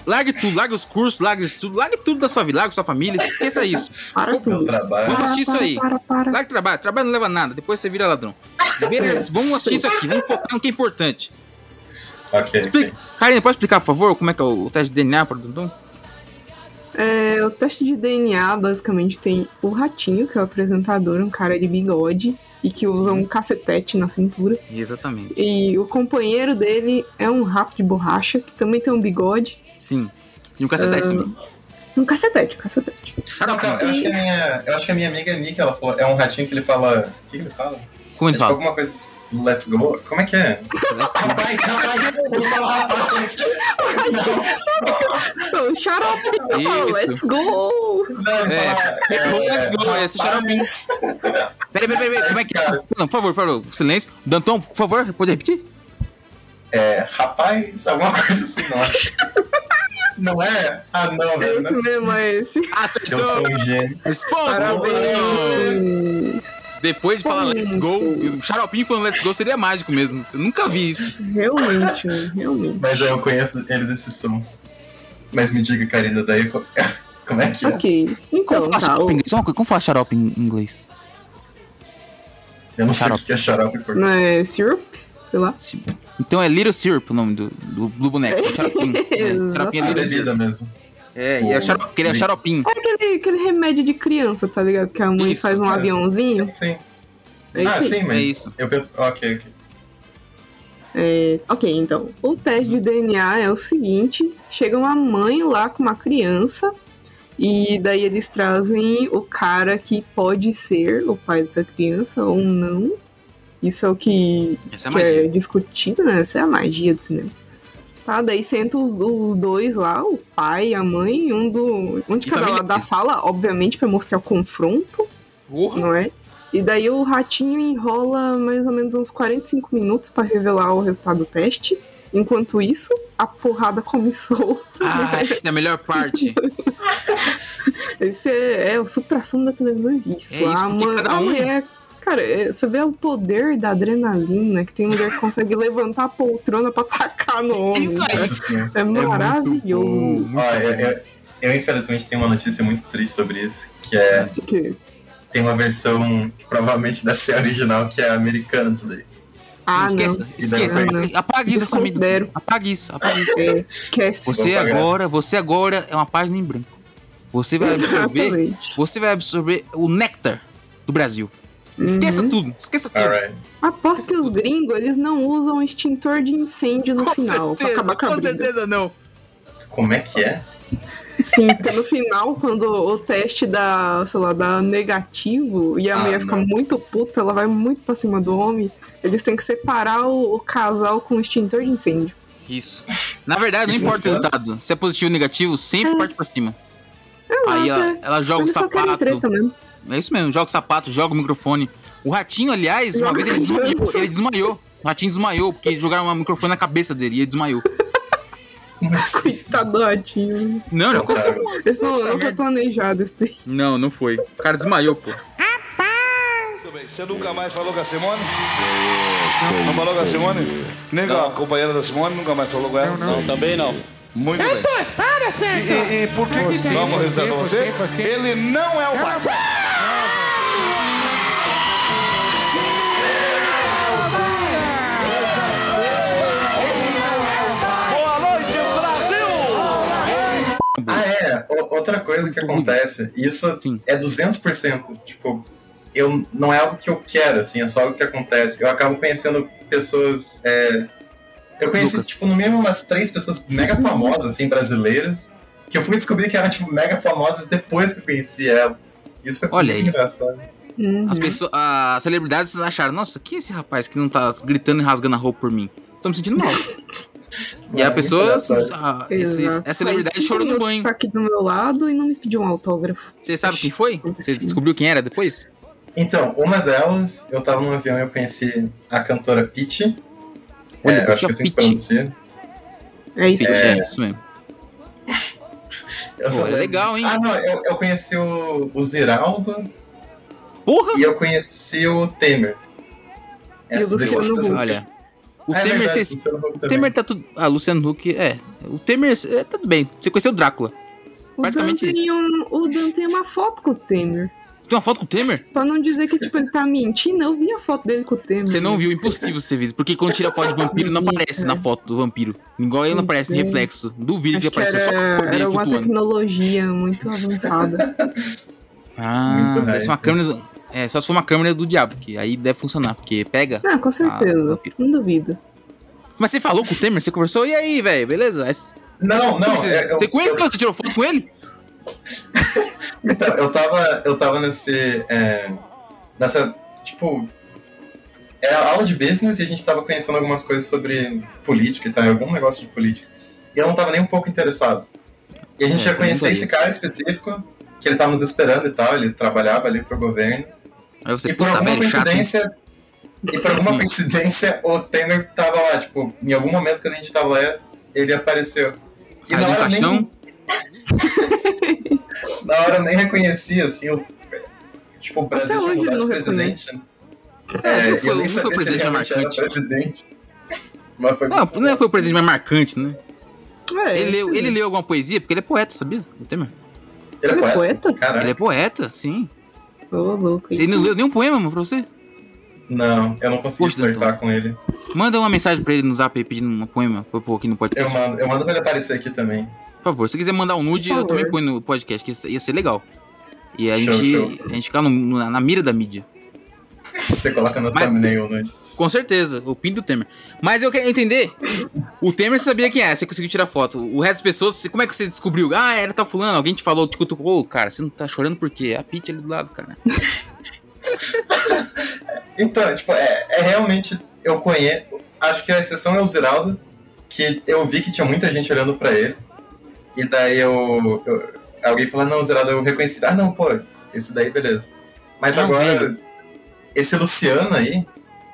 Largue tudo, largue os cursos, largue tudo, largue tudo da sua vida, largue sua família, esqueça isso.
Para
Meu
tudo.
trabalho.
Vamos
Para,
assistir isso
para,
aí.
Para, para.
Larga o trabalho, trabalho não leva nada, depois você vira ladrão. Beleza, vamos assistir isso aqui, vamos focar no que é importante.
Ok.
Explica. Karina, pode explicar, por favor, como é que é o teste de DNA para o Danton?
É, o teste de DNA basicamente tem o ratinho, que é o apresentador, um cara de bigode e que usa um cacetete na cintura.
Exatamente.
E o companheiro dele é um rato de borracha, que também tem um bigode.
Sim. E um cacetete também.
Um cacetete, um cacetete.
Não, calma, eu acho que é a minha, eu acho que a minha amiga Nick, ela falou, é um ratinho que ele fala. O que, que ele fala?
Como ele
É tipo
fala?
alguma coisa. Let's go. Como é que é? Rapaz, rapaz, eu falo rapaz.
Então, xarope, let's go!
É, é, let's go, esse xaropinho. Peraí, peraí, peraí, como é que é? Não, por favor, por favor, silêncio. Danton, por favor, pode repetir?
É, rapaz, alguma coisa assim, não. Não é? Ah, não,
É
velho.
esse mesmo, é esse.
Eu
Então,
sou um gênio.
Parabéns! Depois de falar let's go, o xaropinho falando let's go seria mágico mesmo. Eu nunca vi isso.
Realmente, realmente.
Mas eu conheço ele desse som. Mas me diga, Karina, daí co- como é que é?
Ok. Então,
Como fala
tá.
xarope em inglês? Só uma coisa, Como fala xarope em inglês?
Eu não sei o que que é xarope em português.
Não é syrup? Sei lá.
Então é Little Syrup o nome do, do, do boneco. É xaropinho. É, xaropinho é
A
Little
bebida
Syrup.
mesmo.
É, e é xarope, porque ele é xaropinho.
É aquele, aquele remédio de criança, tá ligado? Que a mãe faz um
é.
aviãozinho.
Sim.
É
ah,
isso aí.
sim, mas
É isso.
eu penso... Ok, ok.
É, ok, então. O teste de DNA é o seguinte: chega uma mãe lá com uma criança, e daí eles trazem o cara que pode ser o pai dessa criança ou não. Isso é o que
Essa é
que
magia.
é discutido, né? Essa é a magia do cinema. Tá, daí senta os, os dois lá, o pai e a mãe, um do. Um de
E
cada lado da
familiares.
sala, obviamente, pra mostrar o confronto,
Porra.
não é? E daí o ratinho enrola mais ou menos uns 45 minutos pra revelar o resultado do teste. Enquanto isso, a porrada come solta.
Ah, essa é a melhor parte.
Esse é, é o suprassumo da televisão. Isso,
É isso,
a,
porque
man-
cada
a
um-
mulher. Cara, é- você vê o poder da adrenalina que tem mulher que consegue levantar a poltrona pra atacar no homem.
Isso aí.
Nossa senhora.
É maravilhoso.
Ó, eu, eu- eu, infelizmente tenho uma notícia muito triste sobre isso, que é
Que-
tem uma versão que provavelmente deve ser a original, que é americana disso daí.
Ah,
esqueça,
não.
esqueça.
Não, Então não.
Apague isso, amigo.
Desconsidero.
Apague isso, apague isso.
É, esquece.
Você
Vou apagar.
agora, você agora é uma página em branco. Você vai absorver,
Exatamente.
você vai absorver o néctar do Brasil. Esqueça
Uhum.
tudo, esqueça tudo.
Alright.
Aposto que os gringos, eles não usam extintor de incêndio no
Com
final. pra
certeza,
acabar com a
com
briga.
certeza não.
Como é que é?
Sim, porque no final, quando o teste dá, sei lá, dá negativo e a
Ah,
mulher fica
não.
muito puta, ela vai muito pra cima do homem, eles têm que separar o, o casal com o extintor de incêndio.
Isso. Na verdade, não
Isso
importa o
funciona?
resultado. Se é positivo ou negativo, sempre parte pra cima. Aí
Exato,
ela,
é.
ela joga o
Eles só querem
sapato.
treta mesmo.
É isso mesmo, joga o sapato, joga o microfone. O ratinho, aliás, uma
Joga
vez ele
a
desmaiou.
criança.
Ele desmaiou. O ratinho desmaiou, porque jogaram um microfone na cabeça dele e ele desmaiou.
Coitado do ratinho.
Não, não aconteceu.
Cara,
Esse Tá não,
Tá
não foi planejado esse daí.
Não, não foi. O cara desmaiou, pô.
Você nunca mais falou com a Simone? Não falou com a Simone? Nem com a companheira da Simone, nunca mais falou com ela? Não, também não. Muito bem.
para,
E, e- e por que vamos rezar pra você? Ele não é o pai. Boa noite, Brasil!
Ah, é. O- outra coisa que acontece, isso
Sim.
é 200%. Tipo, eu, não é algo que eu quero, assim, é só algo que acontece. Eu acabo conhecendo pessoas. é, eu conheci,
Lucas.
tipo, no mínimo umas três pessoas mega famosas, assim, brasileiras, que eu fui descobrir que eram, tipo, mega famosas depois que eu conheci elas. Isso foi
Olha
muito
aí.
engraçado.
Uhum.
As pessoas, as celebridades acharam, nossa, quem é esse rapaz que não tá gritando e rasgando a roupa por mim? Tô me sentindo mal. e
É,
a
muito
pessoa,
engraçado.
ah, esse-
Exato.
essa celebridade
Faz cinco
chorou no
minutos
banho.
Tá aqui do meu lado e não me pediu um autógrafo.
Você sabe quem foi? Você descobriu quem era depois?
Então, uma delas, eu tava num avião e eu conheci a cantora Pitty.
Olha,
É, eu
conheci
acho que
a
é assim
Pitty.
que pronuncia.
É isso.
Pitty, é isso mesmo.
Eu
Pô,
não
é
lembro.
legal, hein?
Ah, não, eu, eu conheci o, o Ziraldo
Porra!
e eu conheci o Temer.
E o Luciano
duas pessoas.
Olha. O
Ah, é
Temer,
verdade,
cês-
Luciano Huck
o
também.
Temer tá tudo. Ah, Luciano Huck, é. O Temer, é, tá tudo bem. Você conheceu o Drácula.
O Dan,
Praticamente
tem
isso.
um- o Dan tem uma foto com o Temer.
Você tem uma foto com o Temer?
Pra não dizer que tipo, ele tá mentindo, eu vi a foto dele com o Temer.
Você não viu, impossível você ver. Porque quando tira a foto de vampiro, não
Sim,
aparece na
cara.
foto do vampiro. Igual ele não
Sim,
aparece em
sim.
reflexo. Duvido que
é. Acho que
apareceu só a
era,
cor
era
dele
uma
flutuando.
tecnologia muito avançada.
Ah,
Muito
deve ser uma
hype.
câmera. do- É, só se for uma câmera do diabo, que aí deve funcionar, porque pega.
Não, com certeza.
vampiro.
não duvido.
Mas você falou com o Temer, você conversou, e aí, velho, beleza? Aí c-
Não, não.
você,
é- eu,
você conheceu,
eu,
você tirou foto com ele?
então, eu tava, eu tava nesse. é, nessa. Tipo. era aula de business e a gente tava conhecendo algumas coisas sobre política e tal, algum negócio de política. E eu não tava nem um pouco interessado. E a gente
É,
já
tem isso
conhecia
aí.
esse cara específico, que ele tava nos esperando e tal, ele trabalhava ali pro governo.
Aí você,
e por
puta
alguma
merda, chato, hein?
coincidência. E por alguma coincidência, o Temer tava lá, tipo, em algum momento quando a gente tava lá, ele apareceu. E
Saiu
na
do
hora eu nem-
caixão?
na hora eu nem reconhecia, assim, o. Tipo, o Brasil
Até
tinha
hoje
mudado
eu não
de presidente. né?
É,
eu
não foi-
nem
não foi
sabia se
presidente
ele realmente era
marcante.
presidente. Mas foi é
Não, não é foi o presente mais marcante, né?
É,
ele, leu, ele leu alguma poesia, porque ele é poeta, sabia? O Temer.
Ele é Ele é poeta?
Ele é poeta, sim.
Ô, louco.
Ele não leu nenhum poema mano, pra você?
Não, eu não consegui
então.
flertar com ele.
Manda uma mensagem pra ele no zap aí pedindo um poema pra eu pôr aqui no podcast.
Eu mando, eu mando pra ele aparecer aqui também.
Por favor, se quiser mandar um nude,
Por
eu
favor.
também ponho no podcast, que isso- ia ser legal. E a
Show,
gente,
show.
A gente ficar no- na, na mira da mídia.
Você coloca no thumbnail, né?
Com certeza, o pin do Temer. Mas eu quero entender. O Temer você sabia quem é, você conseguiu tirar foto. O resto das pessoas, você- como é que você descobriu? Ah, era tá fulano, alguém te falou, te cutucou. Ô, cara, você não tá chorando por quê? É a Pete ali do lado, cara.
Então, tipo, é, é realmente. Eu conheço. Acho que a exceção é o Ziraldo, que eu vi que tinha muita gente olhando pra ele. E daí eu. eu- alguém falou, não, Ziraldo, eu reconheci. Ah, não, pô, esse daí, beleza. Mas
Ah,
agora,
velho.
esse Luciano aí,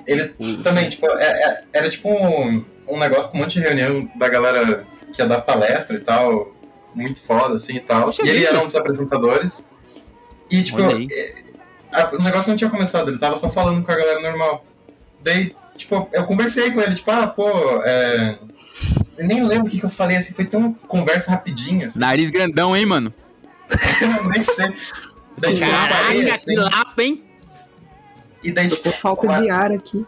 ele também, tipo, é- é- era tipo um, um negócio com um monte de reunião da galera que ia dar palestra e tal. Muito foda, assim e tal.
Poxa
e ele
vida.
era um dos apresentadores. E, tipo,
Olha aí.
é- a- o negócio não tinha começado, ele tava só falando com a galera normal. Daí, tipo, eu conversei com ele, tipo, ah, pô, é. Eu nem lembro o que, que eu falei, assim, foi tão conversa rapidinha, assim.
Nariz grandão, hein, mano?
nem sei. Daí, tipo, eu parei,
Caraca,
assim,
que lapa, hein?
E daí, tipo,
falta de ar aqui.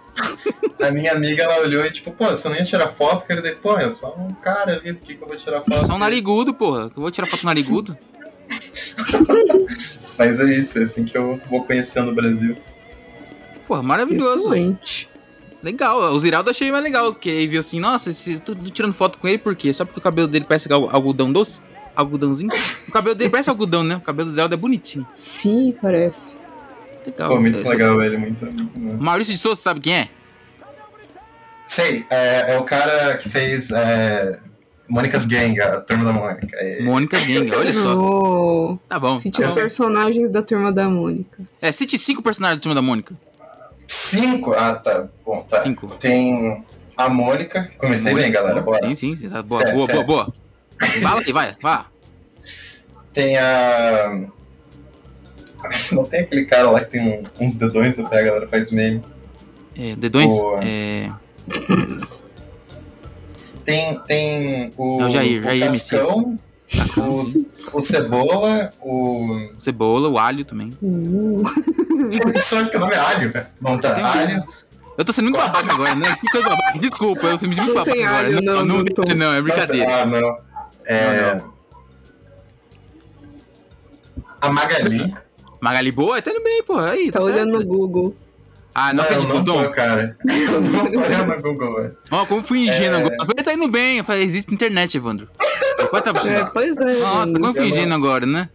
a minha amiga, ela olhou e, tipo, pô, você não ia tirar foto, cara? Daí, pô, é só um cara ali, por que, que eu vou tirar foto?
Só um narigudo, porra. Eu vou tirar foto do narigudo.
Mas é isso, é assim que eu vou conhecendo o Brasil.
Porra, maravilhoso.
Excelente.
Legal, o Ziraldo achei mais legal, porque ele viu assim, nossa, esse, tô tirando foto com ele por quê? Só porque o cabelo dele parece alg- algodão doce? Algodãozinho? o cabelo dele parece algodão, né? O cabelo do Ziraldo é bonitinho.
Sim, parece.
Legal.
Pô, muito
Esse-
legal ele, muito, muito bom.
Maurício de Souza, sabe quem é?
Sei, é, é o cara que fez é, Mônica's Gang, a turma da Mônica. É,
Mônica Gang, olha só.
Vou
Tá bom.
Sentir os personagens da turma da Mônica.
É, cite cinco personagens da turma da Mônica.
Cinco? Ah, tá. Bom, tá.
Cinco.
Tem a Mônica. Comecei
Mônica,
bem, galera.
sim.
Bora.
Sim, sim, sim. tá. Boa,
Certo,
boa, boa,
certo.
boa. Fala aí, vai, vá.
Tem a. Não tem aquele cara lá que tem um- uns dedões do pé, a galera faz meme.
É, dedões?
Boa.
É,
Tem, tem o.
É o Jair,
o
Jair Messias.
Cascão, o, o Cebola, o.
cebola, o alho também.
Hum, tá
Só acho que o nome é Alho, velho. Bom, tá.
Sim.
Alho.
Eu tô sendo muito babaca agora, né? Que coisa babaca. Desculpa, eu fiz muito
Não
babaca
tem
agora.
alho, não,
não,
não tô.
não, não, é brincadeira.
Ah, não. É. A Magali.
Magali boa, tá no meio, pô. Aí,
Tá olhando no Google.
Ah, não, acredito no
não
Tom.
tô, cara. Eu não tô olhando no Google, velho.
Ó, como fui ingênuo
É.
agora. Eu falei, tá indo bem. Eu falei, existe internet, Evandro. Qual tá
É,
funcionando?
pois é.
Nossa,
mano.
como eu fui ingênuo agora, né?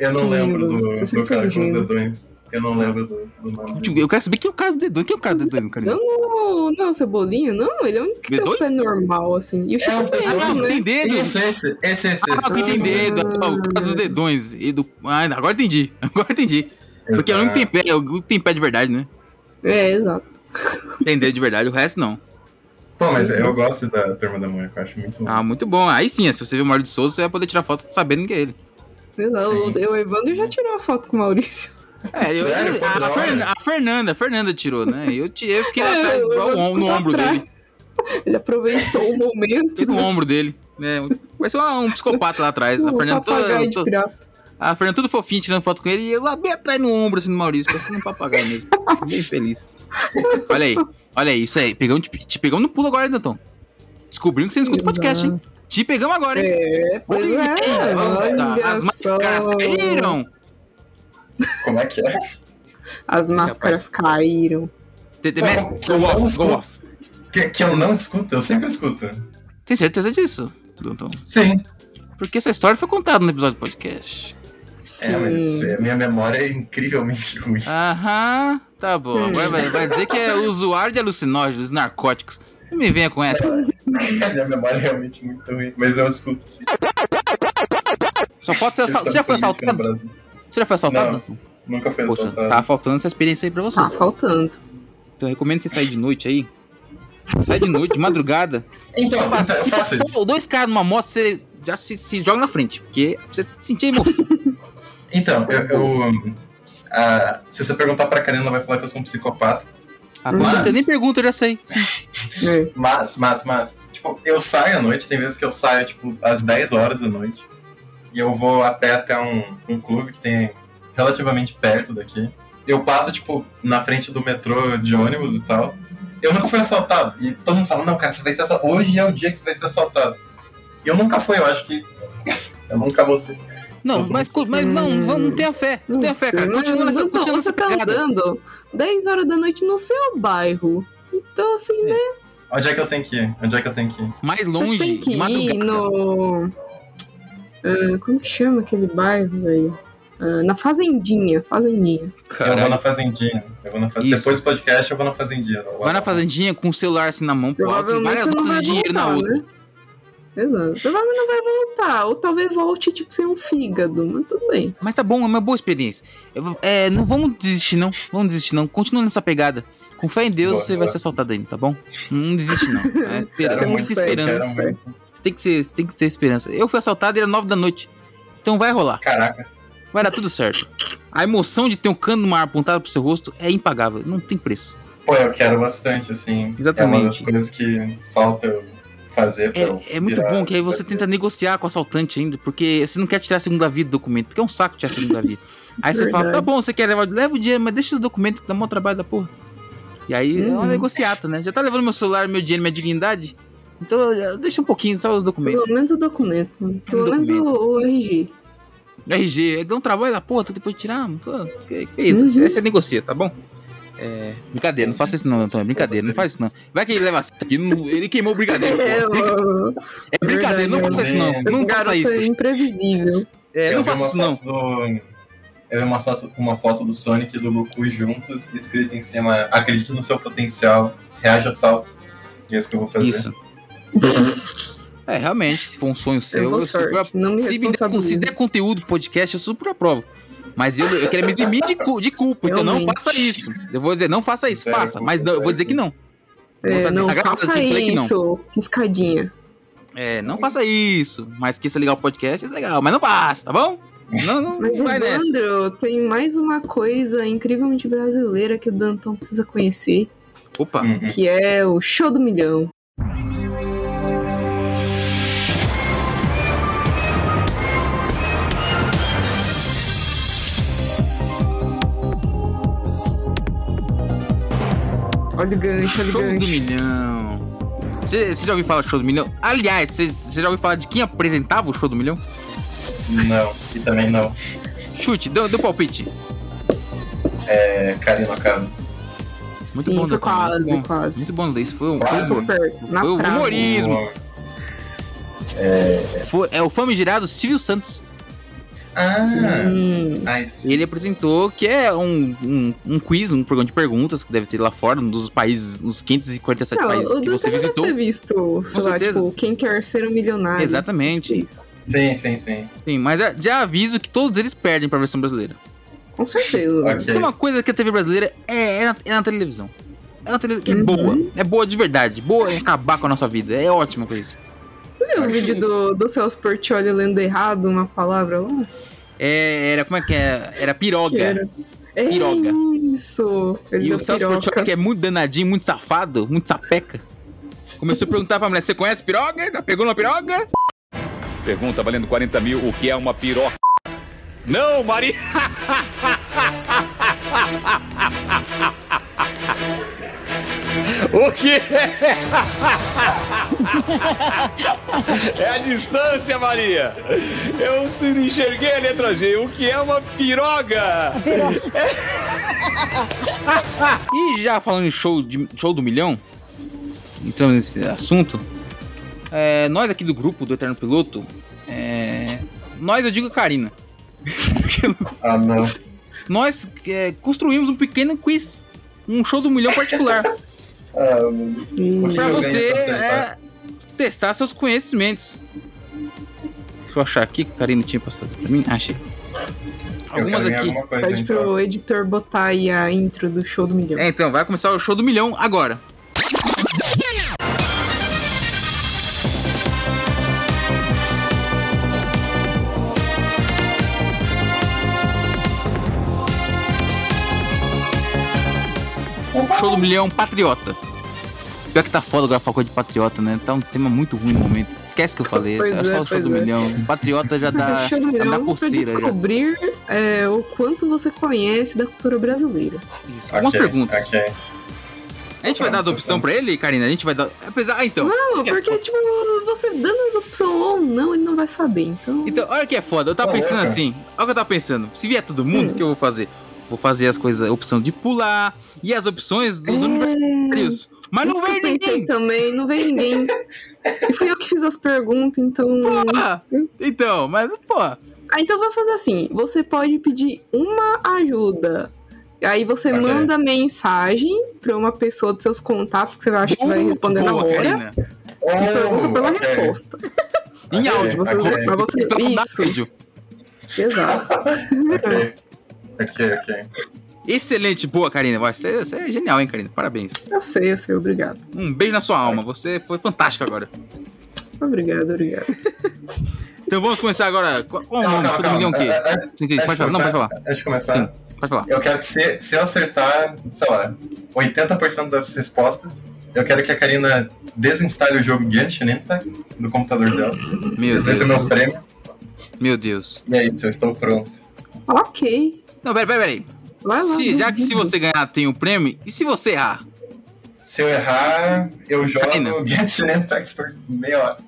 Eu não
Sim,
lembro do,
você sempre
do cara com
foi
os
ingênuo.
dedões. Eu não lembro do, do nome.
Tipo, Eu quero saber quem é o cara do dedão. Quem é o cara do dedão,
Não,
cara?
não, não, Cebolinha, não, ele é o único que tem o
Dois?
pé normal, assim. E o Chico tem,
Ah, não,
né?
tem dedo.
Isso, esse, esse, esse.
Ah, o que tem dedo. Ah, o cara dos dedões. E do... ah, agora entendi. Agora entendi. Porque é o único que tem pé, é o único que tem pé de verdade, né?
É, exato.
Tem dedo de verdade, o resto não.
Pô, mas eu gosto da Turma da Mônica, eu acho muito bom.
Ah, muito bom. Aí sim, se você ver o Mário de Souza, você vai poder tirar foto sabendo que é ele.
Sei lá, o, o Evandro já tirou a foto com o Maurício.
É, eu,
Sério?
a,
Pô, da
a
hora.
Fern- a Fernanda, a Fernanda tirou, né? Eu, te, eu fiquei lá
É,
atrás,
eu-
igual
eu-
no, no
eu-
ombro
atrás.
dele.
Ele aproveitou o momento.
Fiquei no ombro dele. né? Vai ser um psicopata lá atrás. A
O
Fernanda toda.
papagaio de
toda-
pirata.
a Fernanda tudo fofinha tirando foto com ele e eu lá bem atrás no ombro, assim, do Maurício, parecendo um papagaio mesmo. Bem feliz. Olha aí, olha aí, isso aí. Pegamos, te, te pegamos no pulo agora, Danton. Descobrindo que você não escuta o podcast, hein? Te pegamos agora, hein?
É, pois é, olha
As
só.
máscaras caíram.
Como é que é?
As máscaras caíram.
Que eu não escuto. Que, que eu não escuto, eu sempre escuto.
Tem certeza disso, Danton?
Sim.
Porque essa história foi contada no episódio do podcast.
É, mas é, minha memória é incrivelmente ruim.
Aham, tá bom. Agora vai, vai dizer que é usuário de alucinógenos, narcóticos. Não me venha com essa.
minha memória é realmente muito ruim, mas eu escuto sim.
Só falta ser assaltado. Você já foi assaltado? Você já foi assaltado?
é Não, nunca fui
Poxa,
assaltado.
tá faltando essa experiência aí pra você.
Ah, faltando.
Então eu recomendo você sair de noite aí. Sai de noite, de madrugada.
Então,
Se passa-
eu
se
faço
passar dois caras numa moto, você já se, se joga na frente. Porque você sentir a emoção.
Então, eu. eu, ah, se você perguntar pra Karina, ela vai falar que eu sou um psicopata.
Ah, com certeza, nem pergunta, eu já sei.
É,
mas, mas, mas. Tipo, eu saio à noite, tem vezes que eu saio, tipo, às 10 horas da noite. E eu vou a pé até um, um clube que tem relativamente perto daqui. Eu passo, tipo, na frente do metrô de ônibus e tal. Eu nunca fui assaltado. E todo mundo fala, não, cara, você vai ser assaltado. Hoje é o dia que você vai ser assaltado. E eu nunca fui, eu acho que. eu nunca vou ser.
Não,
Eu sou
mas, cu- mas não, vamos- não tenha fé. Não tenha fé, cara.
Mas,
Continua nessa,
então,
continua
você
nessa
tá
pegada.
andando 10 horas da noite no seu bairro. Então, assim, né?
Onde é que eu tenho que ir? Onde é que eu tenho que ir?
Mais
Você tem que ir no. Ah, como que chama aquele bairro, velho? Ah, na Fazendinha. Fazendinha.
Eu vou na fazendinha. Eu vou na faz...
Isso.
Depois do podcast eu vou na fazendinha. Lá-
Vai na fazendinha com o celular assim na mão pro alto,
Provavelmente
várias
você não
notas
vai
de dinheiro na
voltar,
outra.
né? Exato. Provavelmente não vai voltar. Ou talvez volte, tipo, sem um fígado. Mas tudo bem.
Mas tá bom, é uma boa experiência. Eu- é, não vamos desistir, não. Vamos desistir, não. Continua nessa pegada. Com fé em Deus,
Boa,
você
boa.
vai ser assaltado ainda, tá bom? Não desiste, não. É, espera,
Quero
tem que
muito,
ter esperança.
quero muito.
Você tem que, ser, tem que ter esperança. Eu fui assaltado e era nove da noite. Então vai rolar.
Caraca.
Vai dar tudo certo. A emoção de ter um cano numa arma apontada pro seu rosto é impagável. Não tem preço.
Pô, eu quero bastante, assim. É uma das
Exatamente.
coisas que falta eu fazer pra
Então,
eu
É muito
virar-
bom que aí você tenta negociar com o assaltante ainda, porque você não quer tirar a segunda vida do documento, porque é um saco tirar a segunda vida. Aí você fala,
Verdade.
tá bom, você quer levar, leva o dinheiro, mas deixa os documentos que dá mó trabalho da porra. E aí é um
Uhum.
negociato, né? Já tá levando meu celular, meu dinheiro, minha dignidade? Então eh, deixa um pouquinho, só os documentos.
Pelo menos o documento.
um
Pelo menos o, o RG. Uhum.
RG, é, dá um trabalho da porra, depois tirar. Pô, que, que isso?
Uhum.
Essa é negocia, tá bom? É, brincadeira, não faça isso não, Antônio. Brincadeira, não faz isso não. Vai que ele leva a sério, ele não- Ele queimou o brigadeiro. pô.
É,
É brincadeira, não faça isso não.
Esse
Não
garoto
faça
é
isso.
imprevisível.
É,
eu
não
vi
faça
uma
isso não.
foto do- Eu vi uma foto, uma foto do Sonic e do Goku juntos, escrito em cima, acredite no seu potencial, reaja a saltos. E é isso que eu vou fazer.
Isso. É, realmente, se for um sonho seu,
vou
eu super
sorte, não me
se, me der,
responsabilizo.
se der conteúdo pro podcast, eu super aprovo. Mas eu, eu quero me eximir de, cu- de culpa, então não
Realmente.
faça isso. Eu vou dizer, não faça isso,
Zero
faça.
culpa,
Mas não- eu
zero
vou dizer que não.
É,
Vontade de
não,
cagar,
faça
tem play que não.
isso. Piscadinha.
É, não faça isso. Mas que isso é legal o podcast, é legal. Mas não faça, tá bom? Não, não,
Mas,
vai nessa.
Evandro, tem mais uma coisa incrivelmente brasileira que o Danton precisa conhecer,
Opa.
Uhum.
que é o Show do Milhão. Olha o gancho, olha o
Show do
gancho.
Milhão. Você você já ouviu falar do Show do Milhão? Aliás, você você já ouviu falar de quem apresentava o Show do Milhão?
Não, e também não.
Chute, deu, deu palpite.
É, Karina Acaba.
Muito
Sim,
bom,
foi
Doutor.
quase,
muito bom.
quase.
Muito bom, Luiz. Foi um, foi
Quase.
um-
Super, na
foi um
trave.
humorismo. Foi- é o famigerado Silvio Santos.
Ah,
Sim.
nice.
Ele apresentou que é um, um, um quiz, um programa de perguntas que deve ter lá fora, um dos países, nos 547
Não,
países
o
que você
Danton deve
visitou.
ter visto, sei lá,
certeza.
tipo, quem quer ser um milionário.
Exatamente.
Isso.
Sim, sim, sim.
Sim, mas é- já aviso que todos eles perdem pra versão brasileira.
Com certeza.
Se Tem uma coisa que a TV brasileira é, é, na, é na televisão. É na televisão. É
Uhum.
boa. É boa de verdade. Boa em acabar com a nossa vida. É ótima com isso.
Tu viu o
Acho-
vídeo do, do Celso Portioli lendo errado uma palavra lá?
É, era, como é que é? Era piroga.
Que era- É
Piroga.
isso! Ele
E
deu
o Celso
piroca.
Portiolli, que é muito danadinho, muito safado, muito sapeca, começou a perguntar pra mulher, você conhece piroga? Já pegou uma piroga?
Pergunta valendo 40 mil, o que é uma piroca? Não, Maria! O que é? É a distância, Maria! Eu enxerguei a letra G. O que é uma piroga?
E já falando em show, de- show do milhão, entrando nesse assunto, é, nós aqui do grupo do Eterno Piloto, é, nós eu digo Karina. aquilo.
Ah, não.
Nós é, construímos um pequeno quiz. Um show do milhão particular. pra você é, testar seus conhecimentos. Deixa eu achar aqui que o Karina tinha passado pra mim. Ah, Achei. Algumas aqui.
Pede
então.
então.
pro editor botar aí a intro do show do milhão.
É, então, vai começar o show do milhão agora. Show do milhão patriota. Pior que tá foda gravar coisa de patriota, né? Tá um tema muito ruim no momento. Esquece que eu falei.
Pois
Acho
é,
só o show
pois
do
é.
milhão. Patriota já dá,
show do
já dá
milhão pra
pulseira. já.
descobrir é, o quanto você conhece da cultura brasileira.
Isso, algumas
Ok,
é-
perguntas.
ok.
A gente vai dar as opções pra ele, Karina? A gente vai dar. Apesar. Ah, então.
Não, porque, tipo, você dando as opções ou não, ele não vai saber, então...
Então, olha que é foda. Eu tava
Tá
pensando
louca.
assim. Olha o que eu tava pensando. Se vier todo mundo, o que eu vou fazer? Vou fazer as coisas, a opção de pular e as opções dos
É.
universitários. Mas não
Isso que
vem
eu pensei
ninguém.
também, não vem ninguém. e fui eu que fiz as perguntas, então...
Então, mas, pô...
Ah, então vou fazer assim, você pode pedir uma ajuda... Aí você
Ok.
manda mensagem pra uma pessoa dos seus contatos que você acha que vai responder na
Uh, Boa,
hora.
Karina.
Oh,
E pergunta pela
ok.
resposta. É.
Em áudio,
você-
Ok.
pra você-
Então não dá
isso.
vídeo.
Exato.
Ok, ok.
Excelente, boa, Karina. Vai, Você, você é genial, hein, Karina? Parabéns.
Eu sei, eu sei, obrigado.
Um beijo na sua alma. Você foi fantástico agora.
Obrigado, obrigado.
Então vamos começar agora. Qual qual o nome? Show do milhão o quê?
É,
Sim, sim, pode falar. Não, pode falar.
Antes de começar,
Sim,
tá.
pode falar.
eu quero que se, se eu acertar, sei lá, 80% das respostas, eu quero que a Karina desinstale o jogo Genshin Impact do computador dela.
Meu
Esse vai
é
ser
Deus.
meu prêmio.
Meu Deus.
E é isso, eu estou pronto.
Ok.
Não, peraí, peraí. peraí. Se- já que se você ganhar tem o prêmio, e se você errar?
Se eu errar, eu jogo Genshin Impact por meia hora.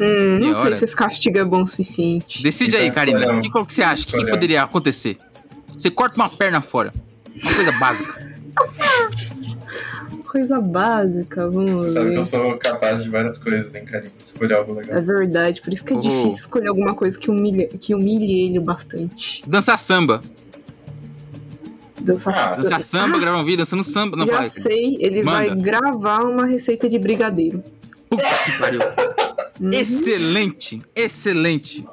Hum,
Meia
não sei
hora.
se esse castigo é bom o suficiente.
Decide aí,
Então,
Karina.
escolhemos.
Que, qual que você acha? O que que
Escolhemos.
poderia acontecer? Você corta uma perna fora. Uma coisa básica.
Coisa básica, vamos
Você sabe que eu
ver.
sou capaz de várias coisas, hein, Karina? Escolher algo
É
legal.
verdade, por isso que é
Oh.
difícil escolher alguma coisa que humilhe, que humilhe ele bastante.
Dançar samba.
Dançar samba.
Dançar Ah, samba, gravar um vídeo dançando samba. Não
Já
vai.
sei, ele vai
Manda.
gravar uma receita de brigadeiro.
Que pariu.
Uhum.
Excelente, excelente.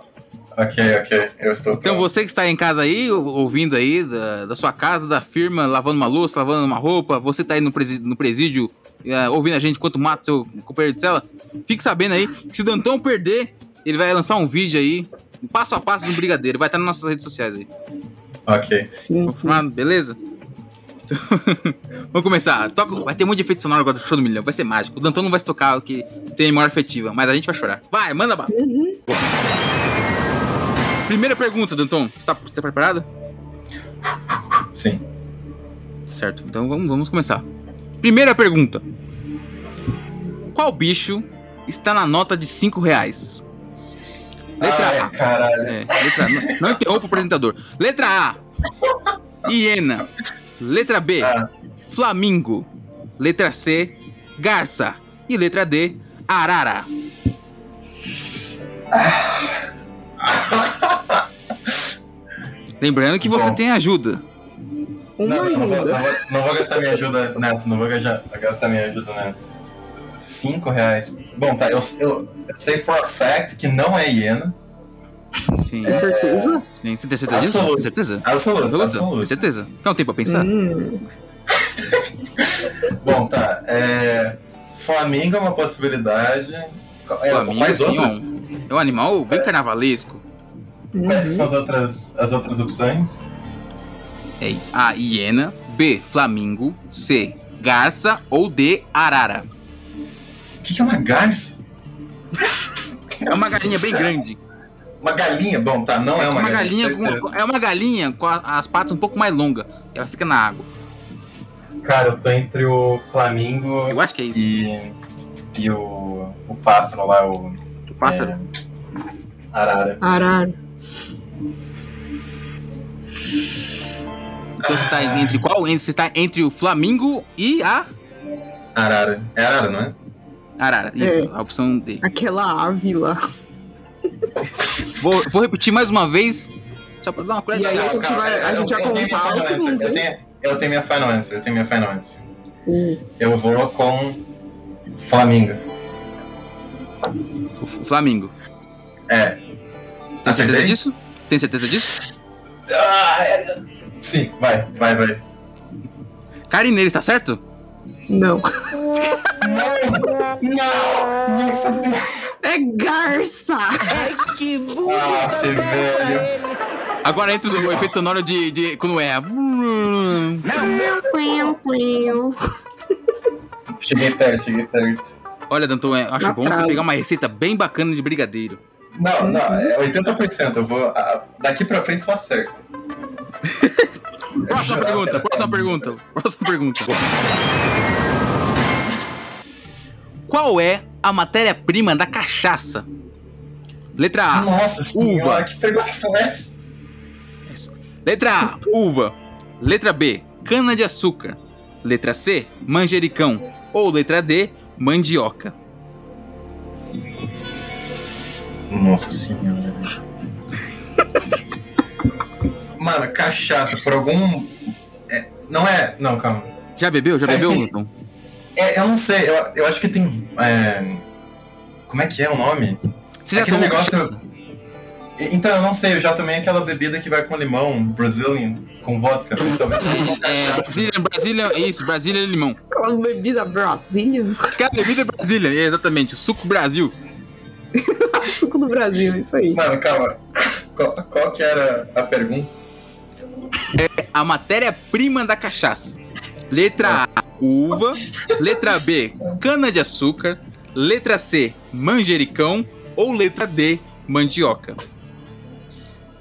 Ok, ok, eu estou
Então você que está aí em casa aí, ou- ouvindo aí, da, da sua casa, da firma, lavando uma louça, lavando uma roupa, você tá aí no presídio, no presídio eh, ouvindo a gente enquanto mata seu companheiro de cela, fique sabendo aí que se o Dantão perder, ele vai lançar um vídeo aí, passo a passo do brigadeiro, vai estar nas nossas redes sociais aí.
Ok.
Sim,
Confirmado, beleza? Então, Vamos começar. Toca, vai ter muito efeito sonoro agora do show do milhão, vai ser mágico. O Dantão não vai se tocar o que tem memória afetiva, mas a gente vai chorar. Vai, manda bala. Primeira pergunta, Danton. Você tá, você tá preparado?
Sim.
Certo, então vamos, vamos começar. Primeira pergunta. Qual bicho está na nota de 5 reais? Letra
Ai,
A.
caralho.
É, letra A. Não, não interrompa o apresentador. Letra A. Hiena. Letra B.
Ah.
Flamingo. Letra C. Garça. E letra D. Arara. Lembrando que você tem ajuda.
Não, não, vou, não, vou, não vou gastar minha ajuda nessa, não vou gastar, gastar minha ajuda nessa. Cinco reais. Bom, tá, eu, eu, eu sei for a fact que não é hiena.
Sim.
Tem certeza?
Tem certeza certeza disso?
Absoluto.
Tem certeza?
Absoluto,
Absoluto.
absoluto.
Tem certeza? Quer um tempo pra
Hum.
pensar?
Hum,
Bom, tá, é... Flamingo é uma possibilidade. É,
Flamingo,
quais
sim,
outras?
É um animal bem carnavalesco.
Quais são as outras, as outras opções?
É A. Hiena. B. Flamingo. C. Garça. Ou D. Arara.
O que, que é uma garça?
É uma galinha bem grande.
Uma galinha? Bom, tá, não é, uma, galinha.
com,
certeza.
é uma galinha com a- as patas um pouco mais longas. Ela fica na água.
Cara, eu tô entre o Flamingo.
Eu acho que é isso.
E, e o, o pássaro lá, o.
O pássaro?
arara.
Arara.
Então você tá
É.
entre qual? Entre- Você está entre o Flamingo e a
Arara. É arara, não é?
Arara. Isso, a opção D.
Aquela ave lá.
Vou, vou repetir mais uma vez. só só pra dar uma
E
colher de
aí a
chá.
gente vai- a gente vai
Eu tenho
contar
minha
os
final
segundos,
answer,
hein? Uh.
eu tenho-
É, Eu tenho minha final answer, eu tenho minha final answer. Eu vou com Flamengo.
O F- Flamengo.
É.
Tem certeza
Acertei?
disso? Tem certeza disso?
Ah, é- sim, vai, vai, vai.
Carinele, está tá certo?
Não.
Não! Não!
É garça! Ai,
que burro!
Ah,
Agora entra o efeito sonoro de, de quando é.
Cheguei perto, cheguei perto.
Olha, Danton, eu acho
Na
bom você
trave.
pegar uma receita bem bacana de brigadeiro.
Não, não, é 80%. Eu vou. ah, Daqui pra frente só acerto.
Próxima pergunta, próxima pergunta, próxima pergunta. Qual é a matéria-prima da cachaça? Letra A.
Nossa senhora,
uva.
que é pergunta são essas?
Letra A, uva. Letra B, cana-de-açúcar. Letra C, manjericão. Ou letra D, mandioca.
Nossa senhora. Mano, cachaça, por algum. é, não é. Não, calma.
Já bebeu? Já
É,
bebeu,
tem-
Luton?
É, eu não sei, eu, eu acho que tem. é, como é que é o nome?
Você já
Aquele
tomou
negócio.
cachaça?
E- Então, eu não sei, eu já tomei aquela bebida que vai com limão, Brazilian, com vodka. Então, Talvez seja com
É,
cachaça.
Brasília, Brasília, é isso, Brasília é limão.
Aquela bebida Brasília.
Aquela bebida é Brasília, é, exatamente, o suco Brasil.
Suco do Brasil, isso aí.
Mano, calma. Qual, qual que era a pergunta?
É a matéria-prima da cachaça. Letra A, uva. Letra B, cana-de-açúcar. Letra C, manjericão. Ou letra D, mandioca.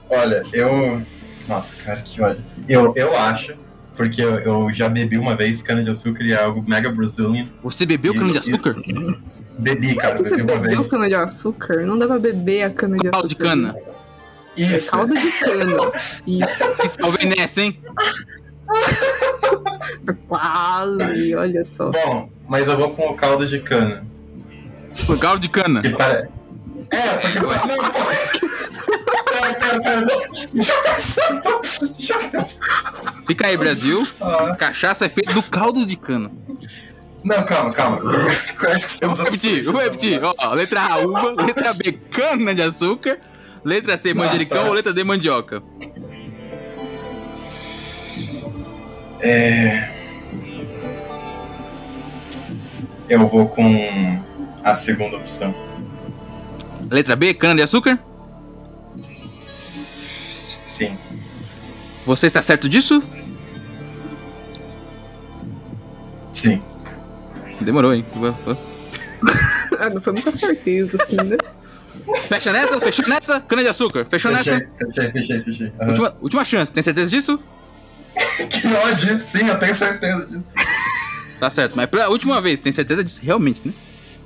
Olha, eu. Nossa, cara, que olha. Eu, eu acho, porque eu, eu já bebi uma vez cana-de-açúcar e é algo mega Brazilian.
Você bebeu cana-de-açúcar?
Bebi, cara,
Mas se você
bebi uma
bebeu
vez.
cana de açúcar, não dá pra beber a cana de açúcar. Caldo de
cana.
Isso.
Caldo de cana. Isso.
Te salvei nessa, hein?
Quase, olha só.
Bom, mas eu vou com o caldo de cana.
O caldo de cana?
Que pare... É, porque. Não, pô. Pera, pera, pera. Deixa eu pensar. Deixa eu pensar.
Fica aí, Brasil. Cachaça é feita do caldo de cana.
Não, calma, calma.
Eu vou repetir, eu vou repetir. Ó, ó, letra A, uva. Letra B, cana de açúcar. Letra C, manjericão. Ou letra D, mandioca.
É. Eu vou com a segunda opção.
Letra B, cana de açúcar.
Sim.
Você está certo disso?
Sim.
Demorou, hein?
Ah, não foi muita certeza, assim, né?
Fecha nessa, fechou nessa. Cana de açúcar, fechou
Fechei,
nessa.
fechei, fechei, fechei. Aham.
Última, última chance, tem certeza disso?
Que ódio, sim, eu tenho certeza disso.
Tá certo, mas pela última vez, tem certeza disso realmente, né?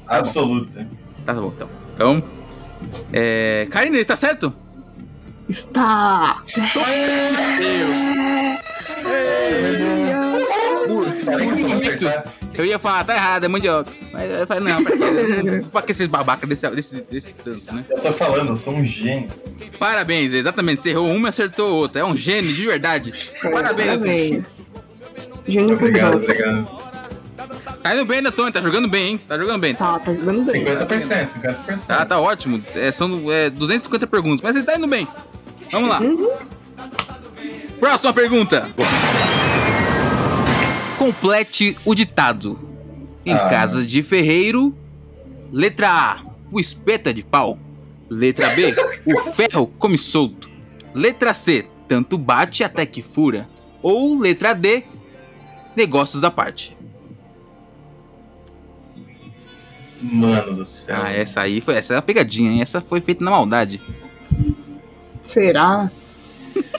Absoluta.
Tá bom, então. Então. É. Karine, está certo?
Está.
Eu ia falar, tá errado, é mandioca. Mas eu falei, não, pra que, pra que esses babacas desse, desse, desse tanto, né?
Eu tô falando, eu sou um gênio.
Parabéns, exatamente. Você errou uma e acertou outra. É um gênio, de verdade.
É,
Parabéns, Antônio.
Parabéns. Gênio
Obrigado,
Rodolfo.
obrigado.
Tá indo bem, Antônio. Tá jogando bem, hein? Tá jogando bem.
Tá, tá jogando bem.
50%, 50%.
Tá, tá ótimo. É, são é, 250 perguntas, mas ele tá indo bem. Vamos lá. Próxima pergunta. Complete o ditado. Em
Ah.
casa de ferreiro, letra A, o espeta de pau. Letra B, o ferro come solto. Letra C, tanto bate até que fura. Ou letra D, negócios à parte.
Mano do céu.
Ah, essa aí foi essa é uma pegadinha, hein? Essa foi feita na maldade.
Será?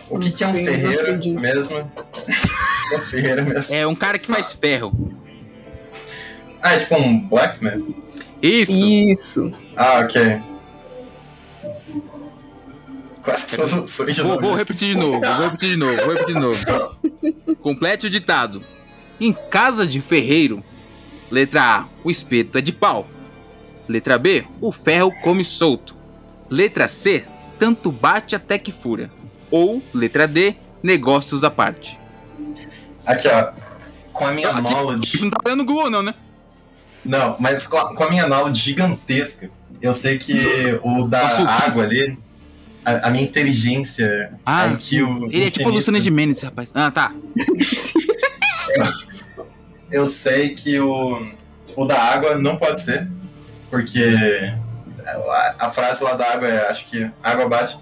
O que, que é um
Sim, não
ferreiro mesmo? um ferreiro mesmo.
É um cara que faz ferro.
Ah, é tipo um blacksmith?
Isso.
Isso.
Ah, ok. Quase todas as opções de
Vou,
novo.
vou repetir de novo, vou repetir de novo, vou repetir de novo. Complete o ditado. Em casa de ferreiro, letra A, o espeto é de pau. Letra B, o ferro come solto. Letra C, tanto bate até que fura. Ou, letra D, negócios à parte.
Aqui, ó. Com a minha knowledge.
Isso não tá olhando no Google, não, né?
Não, mas com a, com a minha knowledge gigantesca, eu sei que o da
Nossa, o-
água ali, a, a minha inteligência.
Ah,
IQ,
sim. ele é tipo
infinito,
o Luciano Gimenez, esse rapaz. Ah, tá.
Eu sei que o, o da água não pode ser, porque a, a frase lá da água é: acho que a água bate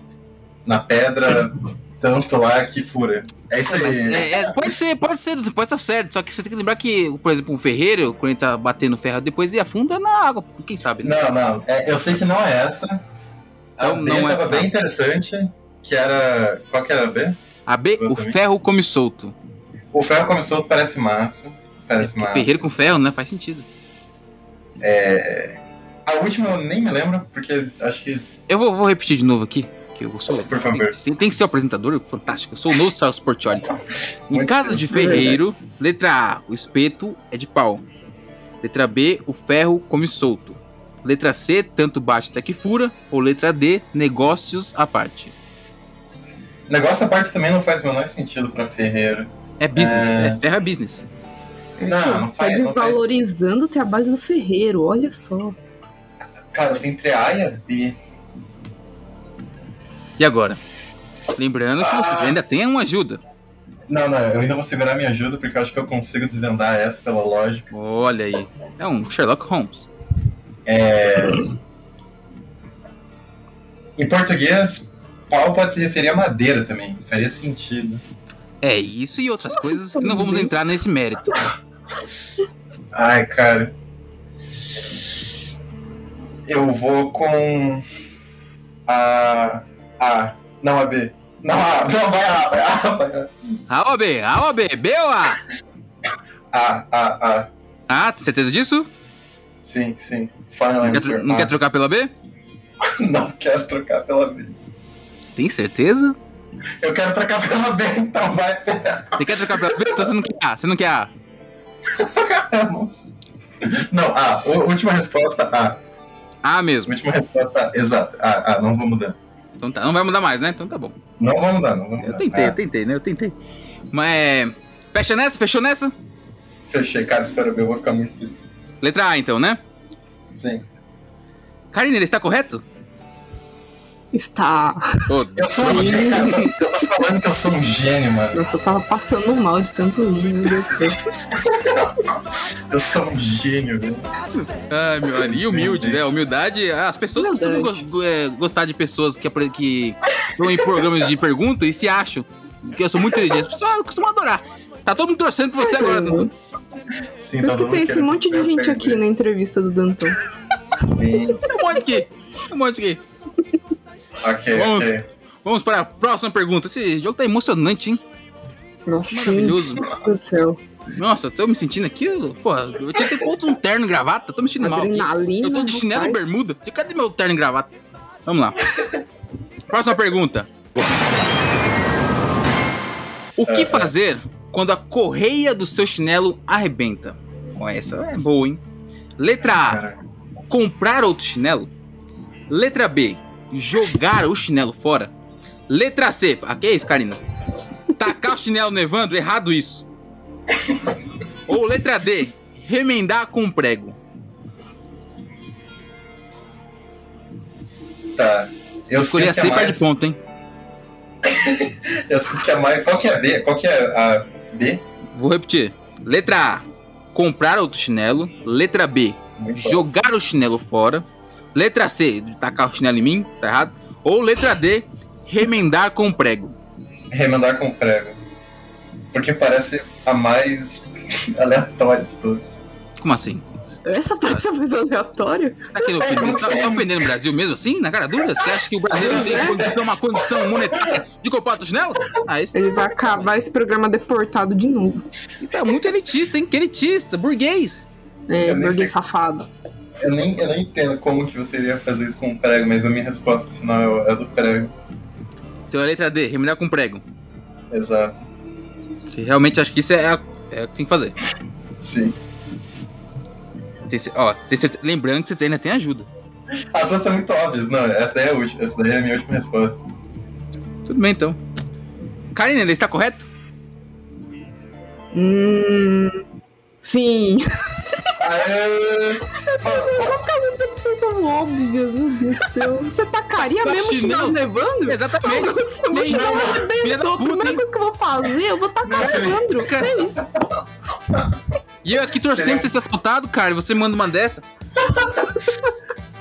na pedra tanto lá que fura. É isso aí.
Mas, é, é, pode ser, pode ser, pode estar certo. Só que você tem que lembrar que, por exemplo, um ferreiro, quando ele tá batendo ferro, depois ele afunda na água, quem sabe, né?
Não, não. é- eu sei que não é essa. A
Não,
B
não é-
tava bem interessante, que era. Qual que era a B?
A B, o ferro come solto.
O ferro come solto parece massa. Parece massa.
Ferreiro com ferro, né? Faz sentido.
É. A última eu nem me lembro, porque acho que.
Eu vou, vou repetir de novo aqui, que eu sou. Por favor. Tem, tem que ser o apresentador, fantástico. Eu sou o novo Celso Portioli. Em casa de ferreiro, letra A, o espeto é de pau. Letra B, o ferro come solto. Letra C, tanto bate até que fura. Ou letra D, negócios à parte.
Negócio à parte também não faz o menor sentido pra ferreiro.
É business,
É.
é, ferro é business.
Não, não
Tá
faz. Não faz.
desvalorizando o trabalho do ferreiro, olha só.
Cara, tem entre A e a B.
E agora? Lembrando que você ainda tem uma ajuda.
Não, não, eu ainda vou segurar minha ajuda, porque eu acho que eu consigo desvendar essa pela lógica.
Olha aí. É um Sherlock Holmes.
É. Em português, pau pode se referir a madeira também. Faria sentido.
É isso e outras coisas. Não vamos entrar nesse mérito.
Ai, cara. Eu vou com. A. A. Não, a B. Não, a. Não, vai A, vai A, vai A.
A ou B? A ou B? B ou A?
A, A, A.
Ah, tem certeza disso?
Sim, sim. Final
não quer,
answer,
não
A.
quer trocar pela B?
Não quero trocar pela B.
Tem certeza?
Eu quero trocar pela B, então vai.
Você quer trocar pela B? Então você não quer A. Você não quer A.
Não, ah, A. U- Última resposta, ah, A.
A mesmo.
Última resposta, A. Exato. A, A. Não vou mudar.
Então tá, não vai mudar mais, né? Então tá bom.
Não vou mudar, não vou mudar.
Eu tentei,
Ah.
eu tentei, né? Eu tentei. Mas. é, Fecha nessa? Fechou nessa?
Fechei, cara. Espera B, eu vou ficar muito triste.
Letra A então, né?
Sim.
Karine, ele está correto?
Está.
Eu sou um gênio, cara. Eu tô falando que eu sou um gênio, mano.
Nossa, eu tava passando mal de tanto rir, meu Deus do céu.
Eu sou um gênio, velho.
Ai, Ah, meu, e humilde, né? Humildade. As pessoas costumam gos- é, gostar de pessoas que, apre- que estão em programas de pergunta e se acham. Que eu sou muito inteligente. As pessoas costumam adorar. Tá todo mundo torcendo pra você agora, Dudu.
Sim, tá
Por
Então
isso que tem esse monte de gente aqui né? na entrevista do Danton.
Tem um monte aqui. Tem um monte aqui.
Ok,
vamos,
ok.
Vamos para a próxima pergunta. Esse jogo tá emocionante, hein?
Nossa,
Maravilhoso.
Meu Deus do céu.
Nossa, eu tô me sentindo aqui. eu- Porra, eu tinha que ter posto um terno e gravata. Tô me sentindo mal. Aqui.
Adrenalina,
Eu tô de chinelo e
rapaz.
bermuda. Cadê meu terno e gravata? Vamos lá. Próxima pergunta. O que fazer quando a correia do seu chinelo arrebenta? Ó, essa é boa, hein? Letra A. Comprar outro chinelo. Letra B. Jogar o chinelo fora. Letra C. Ah, que é isso, Karina? Tacar o chinelo no Evandro? Errado isso. Ou letra D. Remendar com um prego.
Tá. Eu
Escolhi a
sinto que
C e
mais-
perde ponto, hein?
Eu sinto que é mais. Qual que é a B? Qual que é a B?
Vou repetir. Letra A. Comprar outro chinelo. Letra B. Jogar o chinelo fora. Letra C. Tacar o chinelo em mim. Tá errado. Ou letra D. Remendar com um prego.
Remendar com prego. Porque parece a mais aleatória de todas.
Como assim?
Essa parte é mais aleatória?
Tá querendo ofender? Tá, tá ofendendo o Brasil mesmo assim? Na cara dura? Você acha que o Brasil não tem condição- uma condição monetária de comprar outro chinelo? Ah, esse
Ele vai acabar esse programa deportado de novo.
é muito elitista, hein? Que elitista, burguês.
É,
Eu nem sei.
burguês safado.
Eu nem, eu nem entendo como que você iria fazer isso com um prego, mas a minha resposta final é do prego.
Então é letra D. Remendar com um prego.
Exato.
Que realmente acho que isso é, a- é o que tem que fazer.
Sim.
Tem cer- ó, tem cer- lembrando que você tem- ainda tem ajuda.
As outras são muito óbvias. Não, essa daí é a última. Essa daí é a minha última resposta.
Tudo bem então. Karina, ele está correto?
Hum. Sim. Por causa de opções são óbvias, meu Deus do céu. Você tacaria
Tá
mesmo
chinelo?
chinelo nevando?
Exatamente.
Eu vou
Nem
chinelo
não, filha da
arrebentou. A primeira coisa que eu vou fazer, eu vou tacar cilindro. É isso.
E eu aqui torcendo pra você ser assaltado, cara, e você manda uma dessa?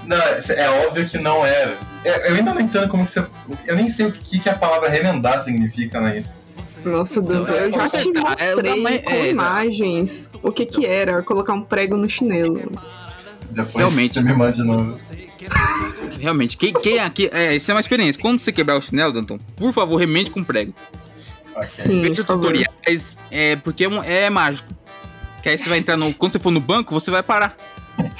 Não, é óbvio que não é. É, Eu ainda não entendo como que você. Eu nem sei o que, que a palavra remendar significa, né? Isso.
Nossa, Deus, eu já te
Tá, é, o
mostrei
tamanho-
com
é, exato.
imagens o que que era colocar um prego no chinelo.
Depois Você me manda de novo.
Realmente, quem, quem aqui. É, isso é uma experiência. Quando você quebrar o chinelo, Danton, por favor, remende com prego.
Sim,
Veja
por favor.
tutoriais, é, porque é, um- é mágico. Que aí você vai entrar no. Quando você for no banco, você vai parar.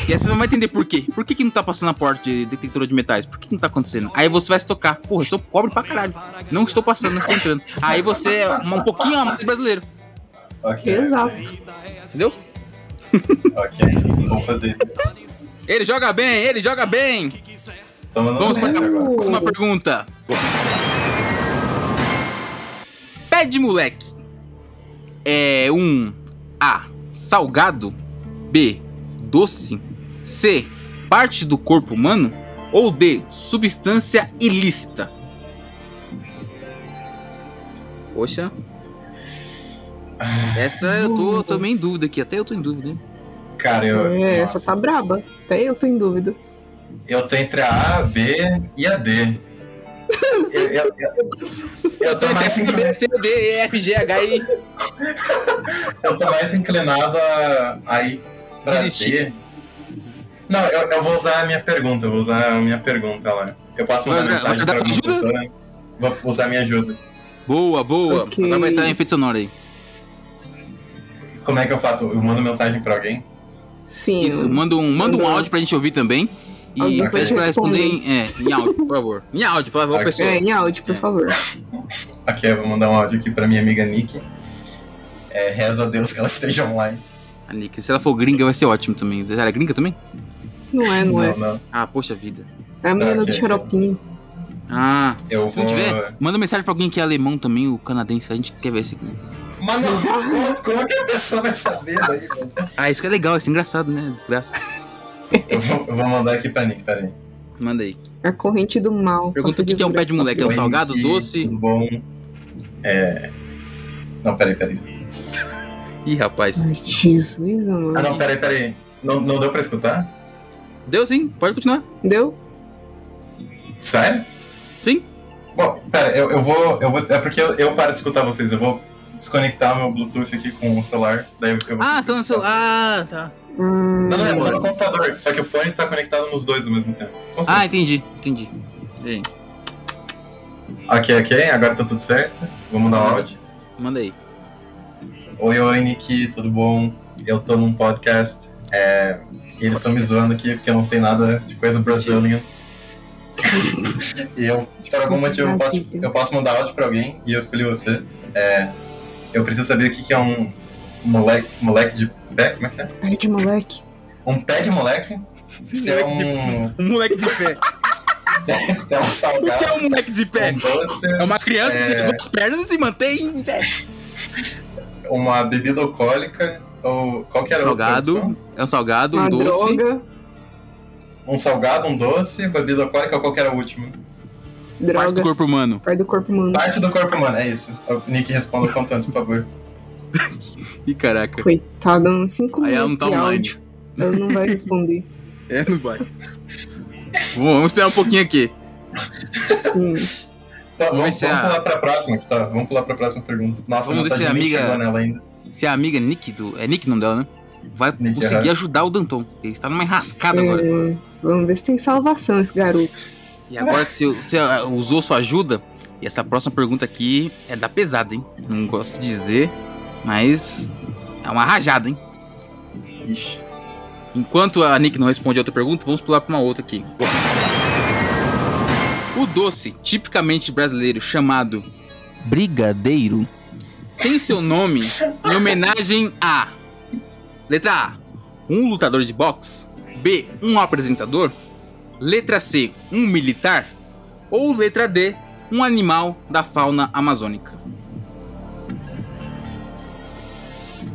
E aí você não vai entender por quê. Por que, que não tá passando a porta de detectora de metais? Por que, que não tá acontecendo? Aí você vai se tocar. Porra, eu sou pobre pra caralho. Não estou passando, não estou entrando. Aí você é um um pouquinho a mais brasileiro.
né? Exato.
Entendeu?
ok, vou fazer.
Ele joga bem, ele joga bem. Vamos para a
Uh,
próxima pergunta. Pé de moleque é um A. Salgado. B. Doce. C. Parte do corpo humano. Ou D. Substância ilícita. Poxa. Essa eu tô também em dúvida aqui. Até eu tô em dúvida, hein?
Cara, eu-
É, essa tá braba. Até eu tô em dúvida.
Eu tô entre a A, B e a D. Eu, eu- eu-
tá
eu tô mais inclinado.
C, D, E, F, G, H, I.
Eu tô mais inclinado a, a ir pra D. Não, eu, eu vou usar a minha pergunta, eu vou usar a minha pergunta lá. Eu posso mandar
Vai- vai-
mensagem
vai
pra
dar sua
professora. Vou usar minha ajuda.
Boa, boa.
Ok.
Agora vai estar em efeito sonoro aí.
Como é que eu faço? Eu mando mensagem pra alguém?
Sim.
Isso, manda um, manda um
Manda-
áudio pra gente ouvir também. E
Alguém vai
pede pra responder
responder.
em, é, em áudio, por favor. Em áudio, por favor,
Ok.
pessoa.
É, em
áudio, por favor.
Aqui, eu vou mandar um áudio aqui pra minha amiga Nick. É, reza a Deus que ela esteja online.
A Nick, se ela for gringa, vai ser ótimo também. Ela é gringa também?
Não é, não, é.
Ah, poxa vida.
É a
Tá,
menina do xaropinho.
Ah,
Eu
se não
vou-
tiver, manda mensagem pra alguém que é alemão também, o canadense. A gente quer ver esse aqui.
Mas não,
um
como, como é que a pessoa vai saber daí, mano?
Ah, isso que é legal, isso é engraçado, né? Desgraça.
Eu vou, eu vou mandar aqui pra Nick, peraí.
Manda aí.
É A corrente do mal.
Pergunta o que que é um pé de moleque. É um salgado,
Oi,
doce?
Tudo bom? É. Não, peraí, peraí.
Ih, rapaz.
Jesus, amor.
Ah, não, peraí, peraí. Não, não deu pra escutar?
Deu sim, pode continuar.
Deu?
Sério?
Sim.
Bom, pera, eu, eu, vou, eu vou. É porque eu, eu paro de escutar vocês. Eu vou desconectar meu Bluetooth aqui com o celular. Daí eu, eu vou.
Ah, tá no celular. Ah, tá.
não, não, eu tô no computador. Só que o fone tá conectado nos dois ao mesmo tempo. Só um
Ah, entendi, entendi. Bem,
Ok, ok, agora tá tudo certo. Vou
Ah.
mandar o áudio.
Manda aí.
Oi, oi, Nick, tudo bom? Eu tô num podcast. é, e eles estão me zoando aqui porque eu não sei nada de coisa brasileira. e eu, por algum
Coisa
motivo, eu
tá
posso,
assim,
brasileira.
eu posso mandar áudio pra alguém e eu escolhi você. É, eu preciso saber o que, que é um moleque, moleque de pé, como é que é?
Pé de moleque.
Um pé de moleque? Se é um.
Moleque de pé.
Se é um salgado.
O que é um moleque de pé?
Um doce,
é uma criança que
é-
tem duas pernas e se mantém em pé.
uma bebida alcoólica ou qual que era a outra opção?
É um Salgado. É um salgado,
Ah,
um doce.
Um salgado, um doce, bebida alcoólica ou qual que era o último?
Parte do corpo humano.
Parte do corpo humano.
Parte do corpo humano, é isso. O Nick responda o quanto antes, por favor.
Ih, caraca.
Tá dando 5
Aí
minutos.
ela não tá
de
online.
áudio. Ela não vai responder.
É, não vai. Bom, vamos esperar um pouquinho aqui.
Sim.
Tá,
Vamos ver
vamos,
se
vamos
a-
pular pra próxima, que tá? Vamos pular pra próxima pergunta. Nossa,
Vamos ver
mensagem
se a
nem
amiga-
chegou nela ainda.
Se a amiga Nick do. É Nick o nome dela, né? Vai conseguir
aham.
ajudar o Danton. Ele está numa enrascada
Sim.
agora.
Vamos ver se tem salvação esse garoto.
E agora que você, você, ah, usou sua ajuda, e essa próxima pergunta aqui é da pesada, hein? Não gosto de dizer, mas é uma rajada, hein?
Ixi.
Enquanto a Nick não responde a outra pergunta, vamos pular para uma outra aqui. O doce tipicamente brasileiro chamado brigadeiro tem seu nome em homenagem a letra A, um lutador de boxe, B, um apresentador, letra C, um militar ou letra D, um animal da fauna amazônica.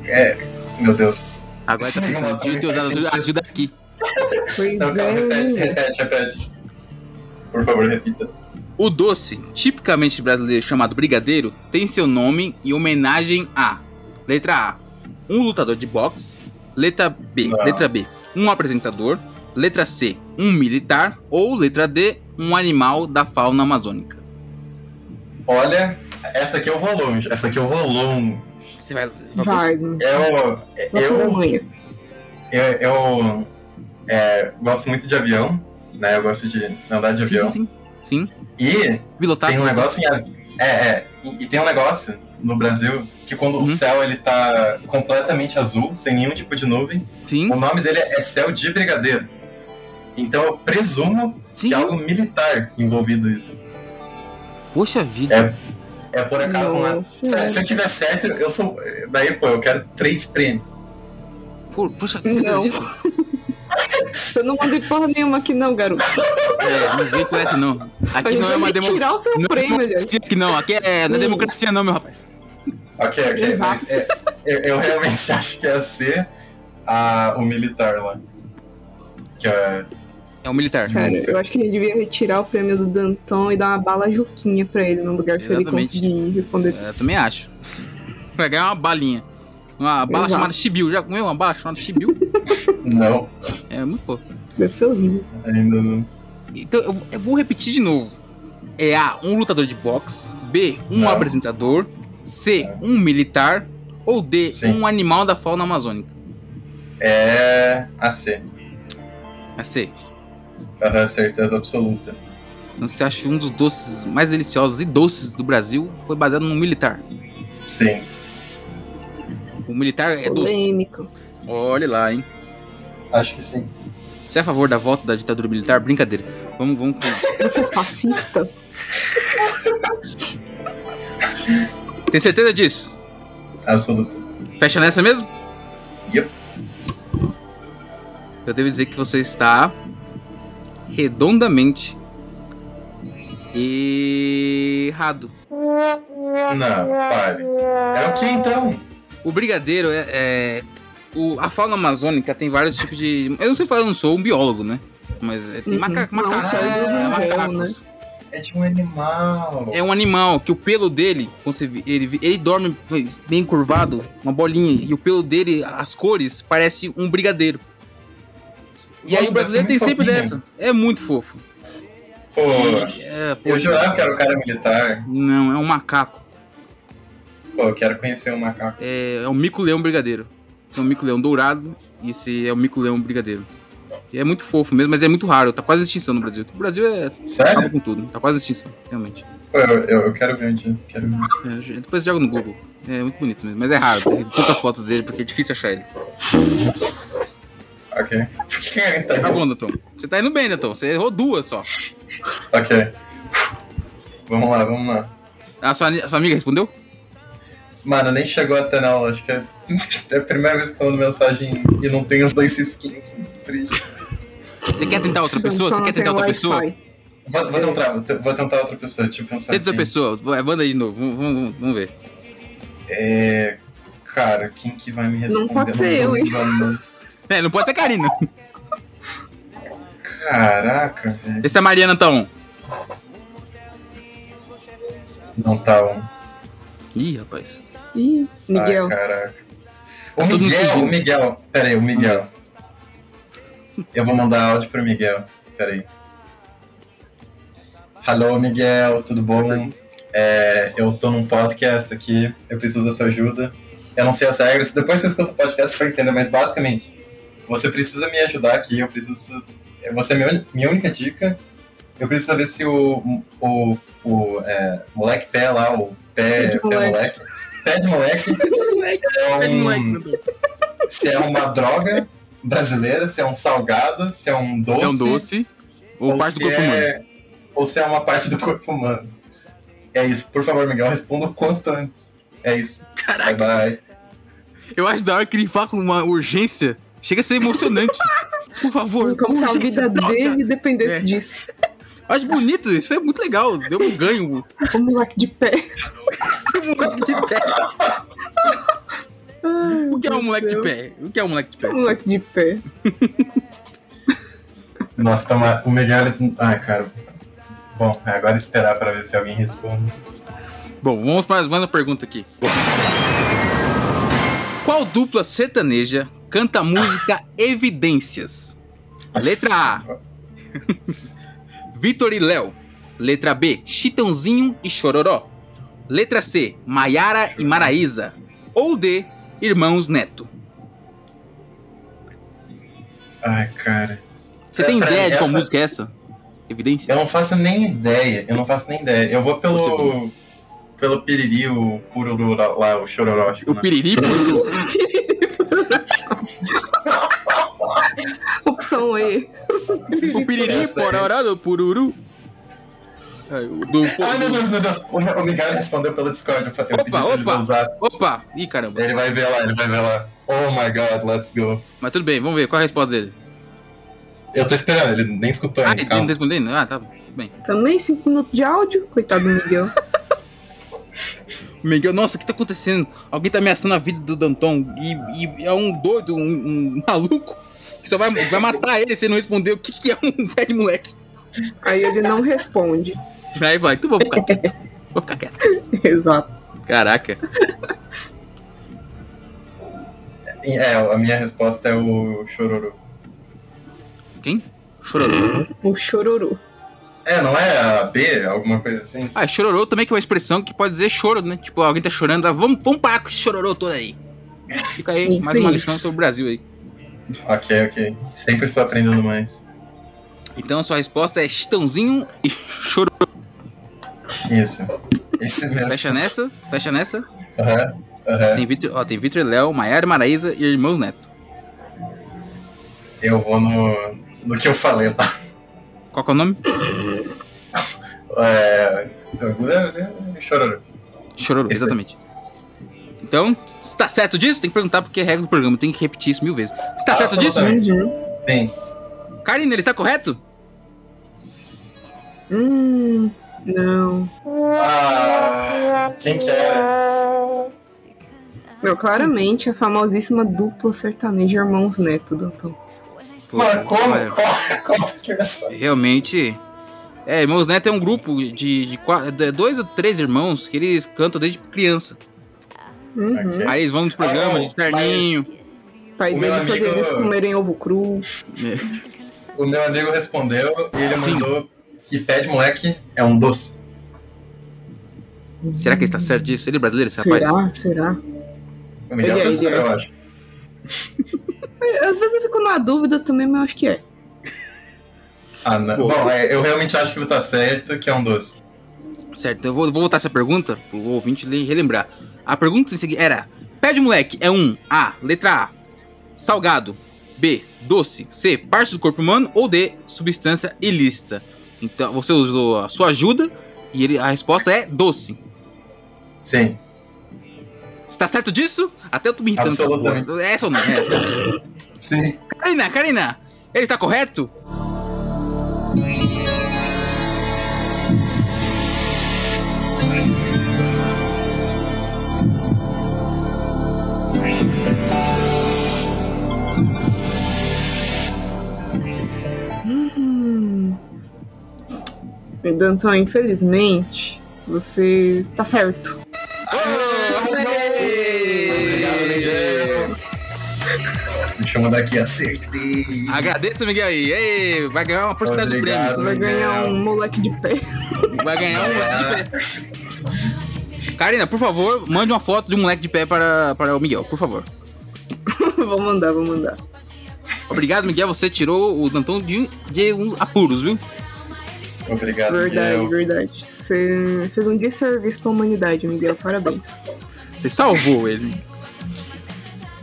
É, meu Deus.
Agora tá pensando, devia ter usado ajuda, ajuda aqui.
Não,
é,
calma, repete, repete, repete. Por favor, repita.
O doce, tipicamente brasileiro chamado brigadeiro, tem seu nome em homenagem a Letra A, um lutador de boxe Letra B,
Não.
letra B, um apresentador Letra C, um militar Ou letra D, um animal da fauna amazônica
Olha, essa aqui eu vou longe, essa aqui é eu vou longe.
Você vai...
Vai.
Eu... É Eu... Eu... eu é, gosto muito de avião, né? Eu gosto de andar de avião.
sim, sim.
E
Pilotar,
tem um
pilotar.
negócio em... avi- É, é. E, e tem um negócio no Brasil que quando o céu ele tá completamente azul, sem nenhum tipo de nuvem,
o
nome dele é céu de brigadeiro. Então eu presumo
Uhum.
que é algo militar envolvido isso.
Poxa vida.
É, é por acaso, né?
Nossa.
Se, se eu tiver certo, eu sou. Daí, pô, eu quero três prêmios.
Pô, Puxa,
tem certeza
não.
disso?
Você não mandei porra nenhuma aqui não, garoto.
É, não vem com essa não Aqui
Olha,
não é
eu
uma
vou
demo-
tirar o seu
não é
prêmio, aliás.
democracia aqui não, aqui é, não é democracia não, meu rapaz
Ok, ok. Mas é- eu, eu realmente acho que ia ser a, o militar lá. Que é.
É o militar.
Cara, eu acho que ele devia retirar o prêmio do Danton e dar uma bala Juquinha pra ele no lugar se ele
Exatamente.
conseguir responder.
É, eu também acho. Vai ganhar uma balinha. Uma bala
Exato.
chamada Chibiu. Já comeu uma bala chamada Chibiu?
Não.
É muito fofo.
Deve ser horrível.
Ainda não.
Então eu, eu vou repetir de novo. É A, um lutador de boxe. B, um
Não.
apresentador. C, um militar. Ou D, um animal da fauna amazônica.
É. A C.
A É C.
Aham, certeza absoluta.
Então você acha que um dos doces mais deliciosos e doces do Brasil foi baseado num militar?
Sim.
O militar é doce.
Polêmico.
Olha lá, hein?
Acho que sim.
Você é a favor da volta da ditadura militar? Brincadeira. Vamos, vamos com
Você é fascista?
Tem certeza disso?
Absoluto.
Fecha nessa mesmo?
Yep.
Eu devo dizer que você está redondamente errado.
Não, pare. É o que então?
O brigadeiro é. é- o, a fauna amazônica tem vários tipos de. Eu não sei falar, eu não sou um biólogo, né? Mas é, tem
Uhum.
maca-
Não, né?
macacos,
saiu do
é,
museu,
macacos.
É de um animal.
É um animal que o pelo dele, quando você vi- ele, vi- ele dorme bem curvado, uma bolinha, e o pelo dele, as cores, parece um brigadeiro. E aí
Nossa,
o brasileiro tem
deve ser muito
sempre
fofinho. né?
dessa. É muito fofo.
Pô,
É, pô,
eu jurava que era o cara militar.
Não, é um macaco.
Pô, eu quero conhecer um macaco.
É, é um mico-leão brigadeiro. É um mico-leão dourado e esse é um mico-leão brigadeiro. E é muito fofo mesmo, mas é muito raro. Tá quase extinção no Brasil. O Brasil é...
Sério?
acaba com tudo. Tá quase extinção, realmente.
Pô, eu, eu, eu quero ver um dia. Quero ver.
É, gente, depois joga no Google. É muito bonito mesmo, mas é raro. Tem poucas fotos dele porque é difícil achar ele.
Ok. Então,
Tá bom, Danton. Você tá indo bem, Danton. Você errou duas só.
Ok. Vamos lá, vamos lá.
A sua, a sua amiga respondeu?
Mano, nem chegou até na aula. Acho que é, é a primeira vez que eu mando mensagem e não tem os dois skins. Muito triste.
Você quer tentar outra pessoa? Você quer tentar outra pessoa?
Vou, vou tentar, vou, te- vou tentar outra pessoa. Deixa eu pensar.
Tenta outra
aqui.
pessoa. Vai, Manda aí de novo. Vamos, vamos, vamos ver.
É. Cara, quem que vai me responder?
Não pode ser eu, hein?
hein?
É, não pode ser a Karina.
Caraca, velho.
Esse é a Mariana, tá um.
Não tá um.
Ih, rapaz.
Ih, Miguel.
Ai, caraca.
Tá
o
todo mundo
Miguel,
fugindo.
o Miguel. Pera aí, o Miguel. Eu vou mandar áudio pro Miguel. Pera aí. Alô, Miguel, tudo bom? É, eu tô num podcast aqui, eu preciso da sua ajuda. Eu não sei as regras, depois você escuta o podcast pra entender, mas basicamente, você precisa me ajudar aqui, eu preciso. Você é minha, uni- minha única dica. Eu preciso saber se o, o, o é, moleque pé lá, o pé, pé moleque. Pé de moleque. é
Hum.
um, se é uma droga brasileira, se é um salgado, se é um doce.
Se é um doce, ou parte do
se
corpo
é- Ou se é uma parte do corpo humano. É isso. Por favor, Miguel, responda o quanto antes. É isso. Caraca. Bye, bye.
Eu acho da hora que ele fala com uma urgência. Chega a ser emocionante. Por favor,
Como se a
urgência,
vida
droga.
dele dependesse
É.
disso.
Acho bonito, isso foi muito legal. Deu um ganho. um
O moleque de pé.
Esse moleque de pé. O que é um moleque de pé? O que é um moleque de pé?
Moleque de pé.
Nossa, tá uma... o melhor. Ah, cara. Bom, é agora esperar pra ver se alguém responde.
Bom, vamos para mais uma pergunta aqui. Qual dupla sertaneja canta a música Evidências? Letra A. Vitor e Léo. Letra B. Chitãozinho e Chororó. Letra C. Maiara e Maraíza. Ou D. Irmãos Neto.
Ai, cara.
Você tem
pra
ideia
mim,
de qual
essa-
música é essa? Evidências?
Eu não faço nem ideia. Eu não faço nem ideia. Eu vou pelo. Pelo piriri, o cururu lá- lá, o chororó. Acho que é o
piriri?
Opção E.
O
é
piriri, pororó do pururu. Ai,
Ah,
o do-
Ai, meu Deus, meu Deus. O, o Miguel respondeu pelo Discord. Eu, fa- eu pedi
Opa,
pra ele
opa.
usar.
Opa! Ih, caramba.
Ele vai ver lá, ele vai ver lá. Oh my god, let's go.
Mas tudo bem, vamos ver qual a resposta dele.
Eu tô esperando, ele nem escutou
ah,
ainda,
ele
calma.
não respondeu ainda? Ah, tá bem.
Também 5 minutos de áudio. Coitado do Miguel.
Miguel, nossa, o que tá acontecendo? Alguém tá ameaçando a vida do Danton e, e é um doido, um, um maluco que só vai, vai matar ele se ele não responder o que, que é um pé de moleque.
Aí ele não responde.
Aí vai, então vou ficar quieto. Vou ficar quieto.
Exato.
Caraca.
É, a minha resposta é o chororô.
Quem? Chororô?
O chororô.
É, não é a B, alguma coisa assim?
Ah, chororô também que é uma expressão que pode dizer choro, né? Tipo, alguém tá chorando, ah, vamos, vamos parar com esse chororô todo aí. Fica aí,
Isso
mais uma
aí.
lição sobre o Brasil aí.
Ok, ok. Sempre estou aprendendo mais.
Então sua resposta é Chitãozinho e Chororô.
Isso. Esse mesmo.
Fecha nessa, fecha nessa.
Aham, aham.
Tem Vitor, ó, tem Vitor e Léo, Maiara e Maraíza e Irmãos Neto.
Eu vou no, no que eu falei lá.
Qual que é o nome?
É. Chororô.
Chororô,
Esse aí.
exatamente. Então, está certo disso? Tem que perguntar porque é regra do programa, tem que repetir isso mil vezes.
Ah,
Está certo disso?
Absolutamente.
Uhum.
Sim.
tá.
Karina, ele está correto?
Hum. Não.
Ah, Quem que era?
Ah,
Não, claramente a famosíssima dupla sertaneja Irmãos Neto, Danton.
Pô,
Mano, como-
olha,
Como que é essa?
Realmente. É, Irmãos Neto é um grupo de, de, qua- de dois ou três irmãos que eles cantam desde criança.
Uhum.
Aí eles vão nos programas
Ah, não,
de terninho.
Pai
O meu
deles fazia
amigo-
eles comerem ovo cru.
O meu amigo respondeu e ele mandou que pé de moleque é um doce.
Será que ele está certo disso? Ele é brasileiro, esse
Será?
rapaz?
Será?
O Miguel
Ele é, ele
brasileiro,
é.
Um eu acho.
Às vezes eu fico na dúvida também, mas eu acho que é.
Ah, não.
Boa.
Bom, é, eu realmente acho que ele tá certo, que é um doce.
Certo, então eu vou, vou voltar essa pergunta pro ouvinte le- relembrar. A pergunta em seguida era: Pé de moleque é um A, letra A, salgado, B, doce, C, parte do corpo humano ou D, substância ilícita. Então você usou a sua ajuda e ele- a resposta é doce.
Sim.
Está certo disso? Até eu tô me irritando. com essa
Absolutamente.
porra. Essa ou não? É Essa.
Sim.
Karina, Karina, ele está correto?
Hum. Danton, infelizmente, você tá certo.
Deixa eu mandar aqui, acertei.
Agradeço, Miguel. E aí, vai ganhar uma porcentagem do prêmio.
Vai ganhar um moleque de pé.
Vai ganhar um moleque de pé. Karina, por favor, mande uma foto de um moleque de pé para, para o Miguel, por favor.
vou mandar, vou mandar.
Obrigado, Miguel. Você tirou o Danton de, de uns apuros, viu?
Obrigado,
Verdade, verdade. Você fez um desserviço pra humanidade, Miguel. Parabéns.
Você salvou ele.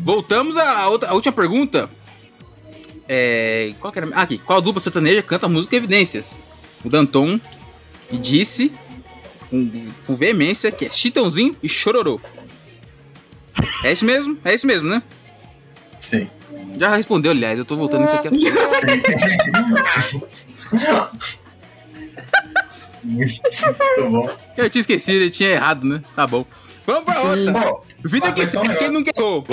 Voltamos à, outra, à última pergunta. É, qual que era? Ah, aqui. Qual dupla sertaneja canta a música Evidências? O Danton disse com, com veemência que é Chitãozinho e Chororô. É isso mesmo? É isso mesmo, né?
Sim.
Já respondeu, aliás. Eu tô voltando nisso aqui. é
Muito bom.
Eu tinha esquecido, ele tinha errado, né? Tá bom. Vamos pra outra.
Bom,
Vida que esse aqui não ganhou.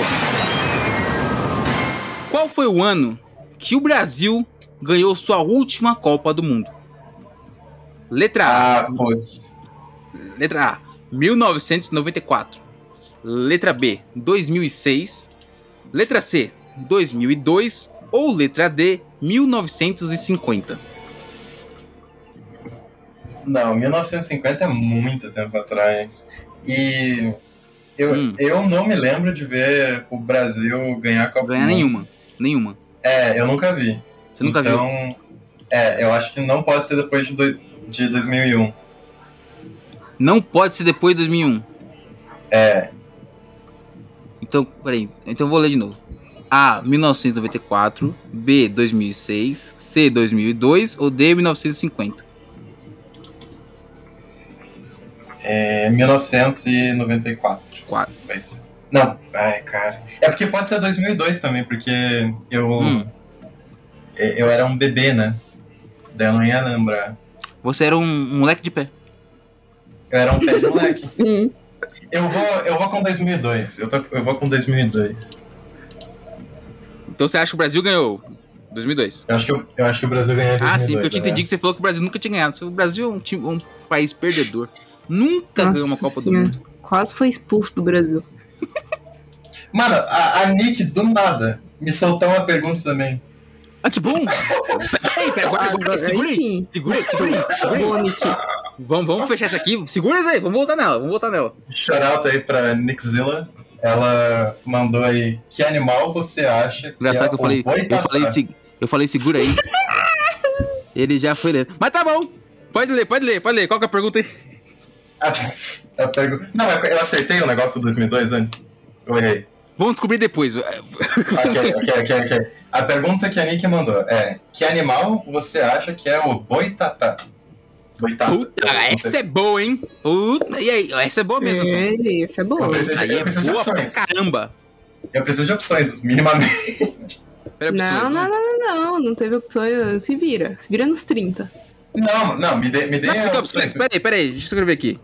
Qual foi o ano que o Brasil ganhou sua última Copa do Mundo? Letra
ah,
A. Letra A, 1994. Letra B, 2006. Letra C, 2002. Ou letra D, 1950.
Não, 1950 é muito tempo atrás. E eu,
Hum.
eu não me lembro de ver o Brasil ganhar a Copa
Ganhar
do Mundo.
nenhuma. Nenhuma.
É, eu nunca vi.
Você nunca viu?
então, é, eu acho que não pode ser depois de, do- de 2001.
Não pode ser depois de 2001.
É.
Então, peraí. Então eu vou ler de novo. A, 1994. B, 2006. C, 2002. Ou D, 1950.
É 1994.
Quatro.
Mas, não, ai, cara. É porque pode ser 2002 também, porque eu.
Hum.
Eu era um bebê, né? Daí eu não ia lembrar.
Você era um, um moleque de pé.
Eu era um pé de moleque. Sim. Eu vou, eu vou com 2002. Eu, tô, eu vou com 2002.
Então você acha que o Brasil ganhou? 2002.
Eu acho que, o- eu acho que o Brasil ganhou em
Ah,
2002,
sim, porque eu tinha
né?
entendido que você falou que o Brasil nunca tinha ganhado. O Brasil é um, time- um país perdedor. Nunca ganhou uma Copa do Mundo.
Quase foi expulso do Brasil.
Mano, a, a Nick, do nada, me soltou uma pergunta também.
Ah, que bom! Peraí, peraí, agora, agora,
Aí
segura
Ah, sim. tá
aí. Segura aí, segura aí. Segura
Boa,
aí.
Nick.
Vamos, vamos fechar isso aqui. Segura isso aí, vamos voltar nela, vamos voltar nela.
Shoutout aí pra Nixzilla. Ela mandou aí, que animal você acha que
Engraçado
é
que eu
o
falei, eu
boitatá?"
falei, se- eu falei segura aí. Ele já foi ler. Mas tá bom. Pode ler, pode ler, pode ler. Qual que é a pergunta aí?
A pergu- Não, mas eu acertei o negócio do 2002 antes? Eu errei.
Vamos descobrir depois.
Ok, ok, ok, ok. A pergunta que a Nick mandou é: Que animal você acha que é o boitatá? Boitatá.
Puta, essa é boa, hein? Puta, e aí? Essa é boa mesmo.
É, essa é boa.
Eu preciso,
Aí
eu
é
preciso de
boa pra
opções.
caramba.
Eu preciso de opções, minimamente.
Tá
Não, não,
né?
não, não, não. Não teve opções. Se vira. Se vira nos 30.
Não, não, me dê. Me dê
Não, você quer
opções.
opções? Peraí, peraí, deixa eu escrever aqui.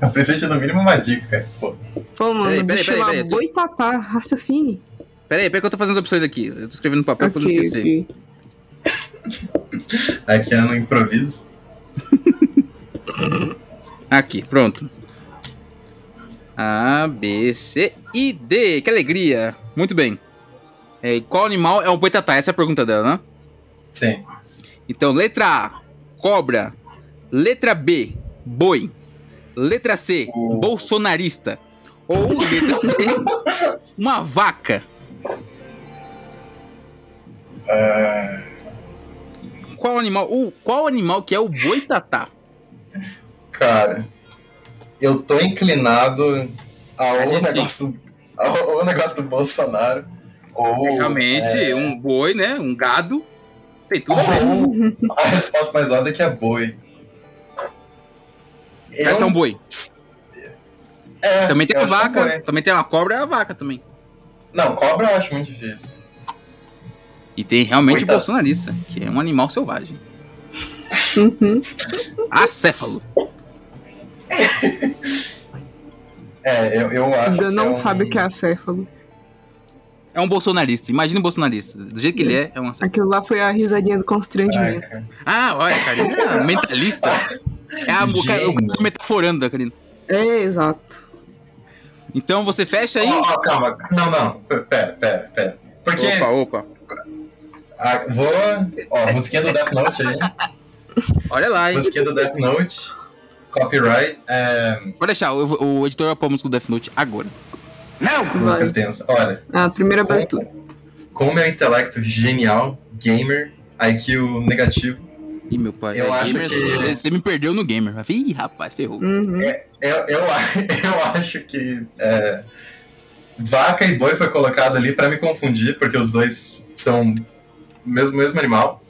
Eu preciso de no mínimo uma dica. Pô.
Pô, mano,
Peraí, peraí,
peraí, bicho
peraí,
lá,
peraí.
boitatá, raciocine.
Peraí, peraí que eu tô fazendo as opções aqui. Eu tô escrevendo no papel pra eu não
Ok,
esquecer.
ok.
Aqui é no improviso.
Aqui, pronto. A, B, C e D. Que alegria. Muito bem. É, qual animal é um boitatá? Essa é a pergunta dela, né?
Sim.
Então, letra A, cobra. Letra B, boi. Letra C, bolsonarista. Ou letra D, uma vaca.
É.
Qual animal? o- qual animal que é o boitatá?
Cara, eu tô inclinado ao negócio do, ao, ao negócio do Bolsonaro. Ou,
Realmente,
é,
um boi, né? Um gado. Tem tudo a ver.
ou a resposta mais óbvia é que é boi.
Eu acho que é um boi.
É,
Também tem
eu
a
acho que é
vaca.
um boi.
Também tem uma cobra e a vaca também.
Não, cobra eu acho muito difícil.
E tem realmente
Coitado.
o bolsonarista, que é um animal selvagem.
Uhum.
Acéfalo.
É, eu, eu acho.
Ainda
que
não
é um-
sabe o que é acéfalo.
É um bolsonarista. Imagina um bolsonarista. Do jeito que ele é, é um acéfalo.
Aquilo lá foi a risadinha do constrangimento.
Ah, olha, Karina. é um mentalista. É a, o cara, o cara tá metaforando, Karina.
É, exato.
Então você fecha aí.
Ó, ó, calma. Não, não. Pera, pera, pera. Porque.
Opa, opa.
Ah, vou. Ó, musiquinha do Death Note aí.
Olha lá, hein?
Musiquinha do Death Note. Copyright. É,
Pode deixar, eu vou- o editor vai pôr a música do Death Note agora.
música tensa. Olha.
A primeira abertura.
Com meu é intelecto genial, gamer, IQ negativo.
Ih, meu pai.
Eu
é,
acho
gamer,
que.
Você me perdeu no gamer. Eu falei, Ih, rapaz, ferrou.
Uhum.
É, eu, eu, a- eu acho que. é, vaca e boi foi colocado ali pra me confundir, porque os dois são o mesmo, mesmo animal.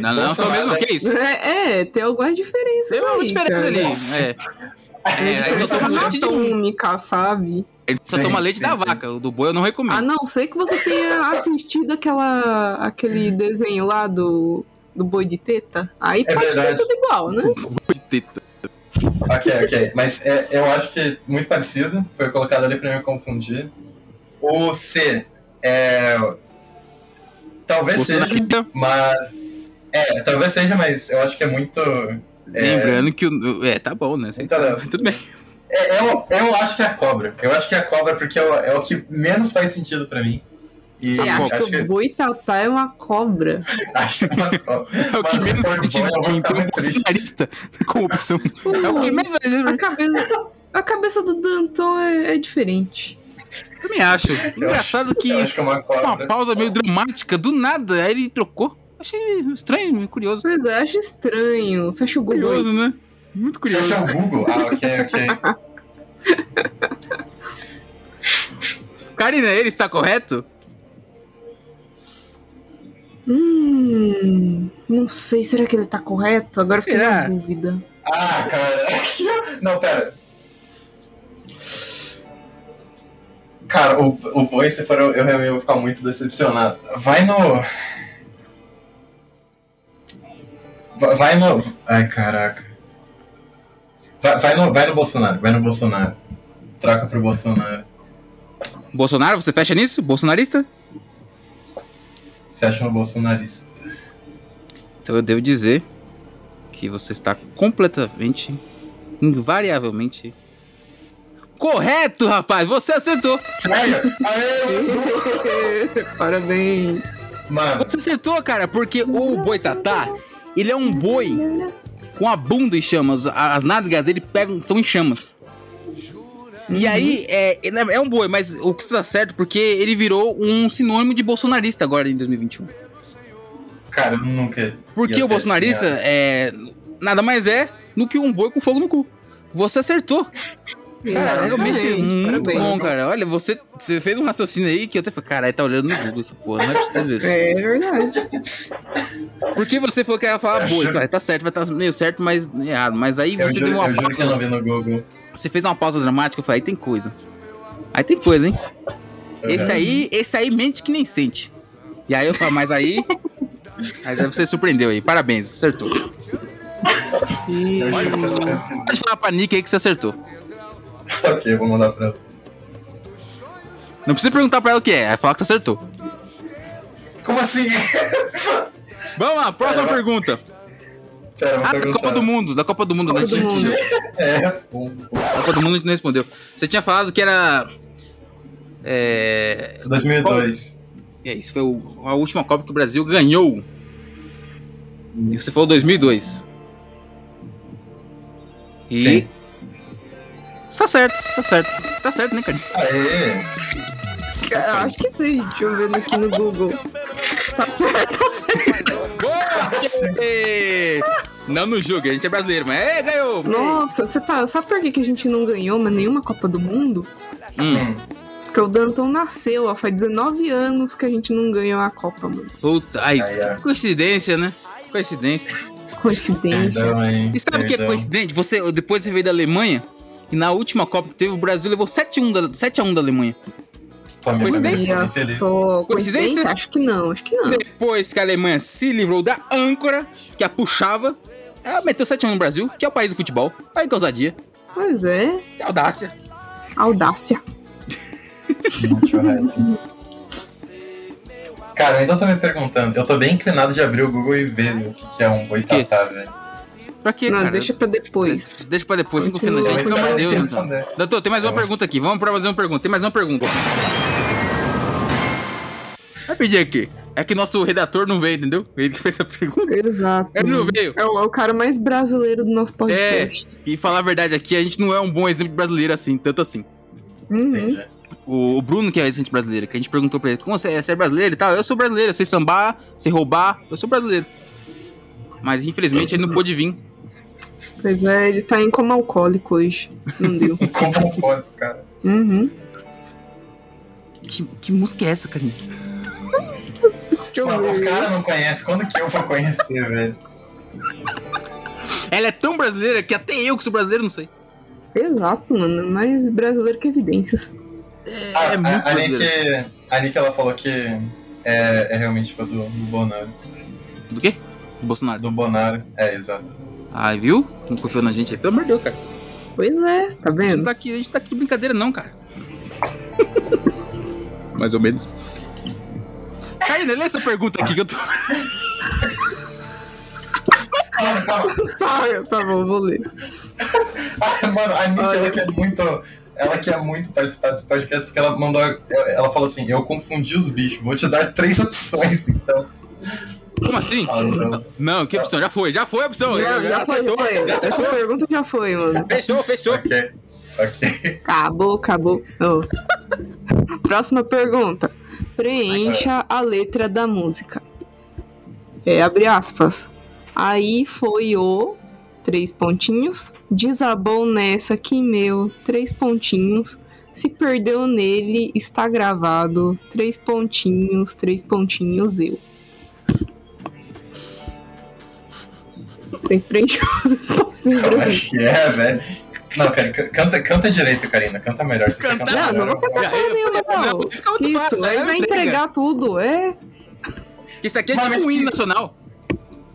Não, não, são o mesmo
Bolsonaro-
que isso.
É, é, tem algumas diferenças.
Tem uma
aí,
diferença
cara.
ali. É. É, aí só
Diferença
toma leite de
anatômica, sabe?
Ele só
Sim,
toma leite
sim,
da
sim.
vaca. O do boi eu Ah, não recomendo.
A não ser que você tenha assistido aquela, aquele desenho lá do, do boi de teta. Aí
É
pode
verdade.
ser tudo igual, né?
Boi de teta.
Ok, ok. Mas é- eu acho que muito parecido. Foi colocado ali pra eu me confundir. O C é.
é
Talvez seja, mas. É, talvez seja, mas eu acho que é muito. é,
Lembrando que o. É, tá bom, né? Você
Ah,
sabe, Tudo bem.
é, eu, eu acho que é a cobra. Eu acho que é a cobra porque é o, é o que menos faz sentido pra mim. E
Você acha
acho
que o boitatá é uma cobra?
É o que menos faz sentido pra mim,
tá
então é um bolsonarista
com opção. É o que menos
a cabeça, a cabeça do Danton é, é diferente.
Também acho. Engraçado que.
eu acho que é uma cobra.
uma pausa meio dramática, do nada. Aí ele trocou. Achei estranho, curioso.
Pois é, acho estranho. Fecha o Google.
Curioso, né? Muito curioso.
Fecha o Google. Ah, ok, ok.
Karina, ele está correto?
Hum, não sei, será que ele tá correto? Agora eu fiquei na
Será?
dúvida.
Ah, cara. Não, pera. Cara, o, o boi, se for, eu, eu realmente vou ficar muito decepcionado. Vai no. Va- Vai no. Ai, caraca. Vai, vai no, vai no Bolsonaro, vai no Bolsonaro. Troca pro Bolsonaro.
Bolsonaro, você fecha nisso? Bolsonarista?
Fecha no bolsonarista.
Então eu devo dizer que você está completamente, invariavelmente. Correto, rapaz! Você acertou!
Parabéns!
Mano.
Você acertou, cara, porque o boitatá, ele é um boi com a bunda em chamas. A- As nádegas dele pegam, são em chamas. E aí, é, ele é- é um boi, mas o que está certo, porque ele virou um sinônimo de bolsonarista agora em 2021.
Cara, eu nunca.
Porque
ia
o
ter
bolsonarista
essa
é nada mais é do que um boi com fogo no cu. Você acertou. Cara,
Exatamente,
realmente É, muito
parabéns.
bom, cara. Olha, você, você fez um raciocínio aí que eu até falei, caralho, tá olhando no Google essa porra, não é possível.
É verdade.
Porque você falou que ia falar
Eu
boi,
juro.
cara, tá certo, vai estar meio certo, mas é errado. Mas aí
Eu
você
juro-
deu uma
eu juro que eu não vi no Google.
Você fez uma pausa dramática, eu falei, aí tem coisa. Aí tem coisa, hein? Esse aí, esse aí mente que nem sente. E aí eu falo, mas aí. Mas aí você surpreendeu aí. Parabéns, você acertou.
Eu juro que eu não
Pode falar pra Nick aí que você acertou.
Ok, vou mandar pra ela.
Não precisa perguntar pra ela o que é, é falar que você acertou.
Como assim?
Vamos lá, próxima pergunta.
Pera, eu vou
ah, da
perguntar.
Copa do Mundo, da Copa do Mundo, né?
Copa do Mundo. É,
Da Copa do Mundo a gente não respondeu. Você tinha falado que era. É.
2002.
É, isso foi o- a última Copa que o Brasil ganhou. E você falou 2002. E.
Sim.
Tá certo, tá certo. Tá certo, né, cara?
Cara, acho que sim. Deixa eu ver aqui no Google. Tá certo, tá certo.
Aê! Não nos julgue, a gente é brasileiro, mas é, ganhou!
Nossa, você tá. Sabe por que, que a gente não ganhou mas nenhuma Copa do Mundo?
Hum,
Porque o Danton nasceu, ó. Faz 19 anos que a gente não ganhou a Copa, mano.
puta, ai, coincidência, né? Coincidência.
Coincidência.
E sabe o que é coincidente? Você, depois você veio da Alemanha, e na última Copa que teve, o Brasil levou 7x1 da, 7x1 da Alemanha. Coincidência?
Olha só, coincidência? Acho que não, acho que não.
Depois que a Alemanha se livrou da âncora, que a puxava, ela meteu 7 anos no Brasil, que é o país do futebol. Olha que ousadia.
Pois é.
Que audácia.
Audácia.
Cara, eu ainda tô me perguntando. Eu tô bem inclinado de abrir o Google e ver o que, que é um boitatá, velho.
Pra quê,
não,
cara?
deixa pra depois.
Deixa pra depois, cinco
Continua.
minutos. gente. Pelo amor de
Vai
Deus.
pensando, né?
Doutor, tem mais uma pergunta aqui. Vamos pra fazer uma pergunta. Tem mais uma pergunta. Vai pedir aqui. É que nosso redator não veio, entendeu? Ele que fez a pergunta.
Exato.
Ele não veio.
É o, é o cara mais brasileiro do nosso
É,
podcast.
e falar a verdade aqui, a gente não é um bom exemplo de brasileiro assim, tanto assim.
Uhum.
O o Bruno, que é agente brasileiro, que a gente perguntou pra ele: como você, é- você é brasileiro e tal? Eu sou brasileiro, eu sei sambar, sei roubar, eu sou brasileiro. Mas infelizmente ele não pôde vir.
Pois é, ele tá em coma alcoólico hoje. Não deu.
Como alcoólico, cara.
Uhum.
Que, que música é essa, carinha?
Mano, o cara não conhece. Quando que eu vou conhecer, velho?
Ela é tão brasileira que até eu, que sou brasileiro, não sei.
Exato, mano. Mais brasileiro que evidências.
Ah,
É muito
a, a, Nick,
brasileiro.
a Nick, ela falou que é, é realmente fã do, do Bonaro.
Do quê? Do Bolsonaro.
Do Bonaro, é, exato.
Ai, viu? Não confiou na gente aí. Pelo amor de Deus, cara.
Pois é, tá
vendo? A gente tá aqui, a gente tá aqui de brincadeira, não, cara. Mais ou menos. Caína, né? lê essa pergunta aqui que eu tô.
tá, tá bom, vou ler.
Ah, Mano, a Nick, ela quer muito. Ela quer muito participar desse podcast porque ela mandou. Ela falou assim: Eu confundi os bichos, vou te dar três opções, então.
Como assim?
não.
que opção? Já foi, já foi a opção.
Já, já foi, já foi.
já
Essa
acertou.
pergunta já foi, mano.
Fechou, fechou.
Acabou, acabou. Ô. Próxima pergunta. Preencha a letra da música. É, abre aspas. Aí foi o. Três pontinhos. Desabou nessa que meu. Três pontinhos. Se perdeu nele, está gravado. Três pontinhos, três pontinhos eu. Tem que preencher os espacinhos.
Como é que é, velho? Não, cara, c- canta, canta direito, Karina. Canta melhor. Se você cantar
Não, não
melhor,
vou cantar porra nenhuma, não. Isso,
fácil, né?
aí
aí
vai
entrega.
entregar tudo, é?
Isso aqui é tipo um hino nacional.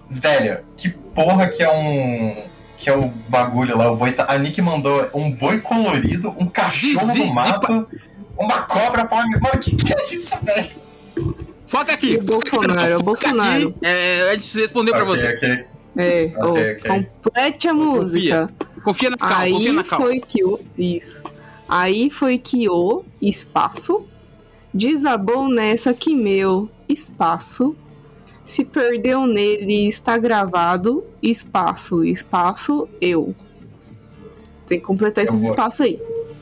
Velho, que porra que é um. Que é o bagulho lá, o boi. tá- A Nick mandou um boi colorido, um cachorro no mato, uma cobra pra mim. Mano, que que é isso, velho?
Foca aqui.
Bolsonaro, é o Bolsonaro.
É, a gente respondeu pra
Ok,
você.
ok.
É, ó,
Ok, ok.
complete a música.
Confia na calma,
Aí
confia na calma.
foi que o. Isso. Aí foi que o espaço desabou nessa que meu espaço se perdeu nele, está gravado espaço, espaço, eu. Tem que completar
Eu
esses
vou-
espaços aí.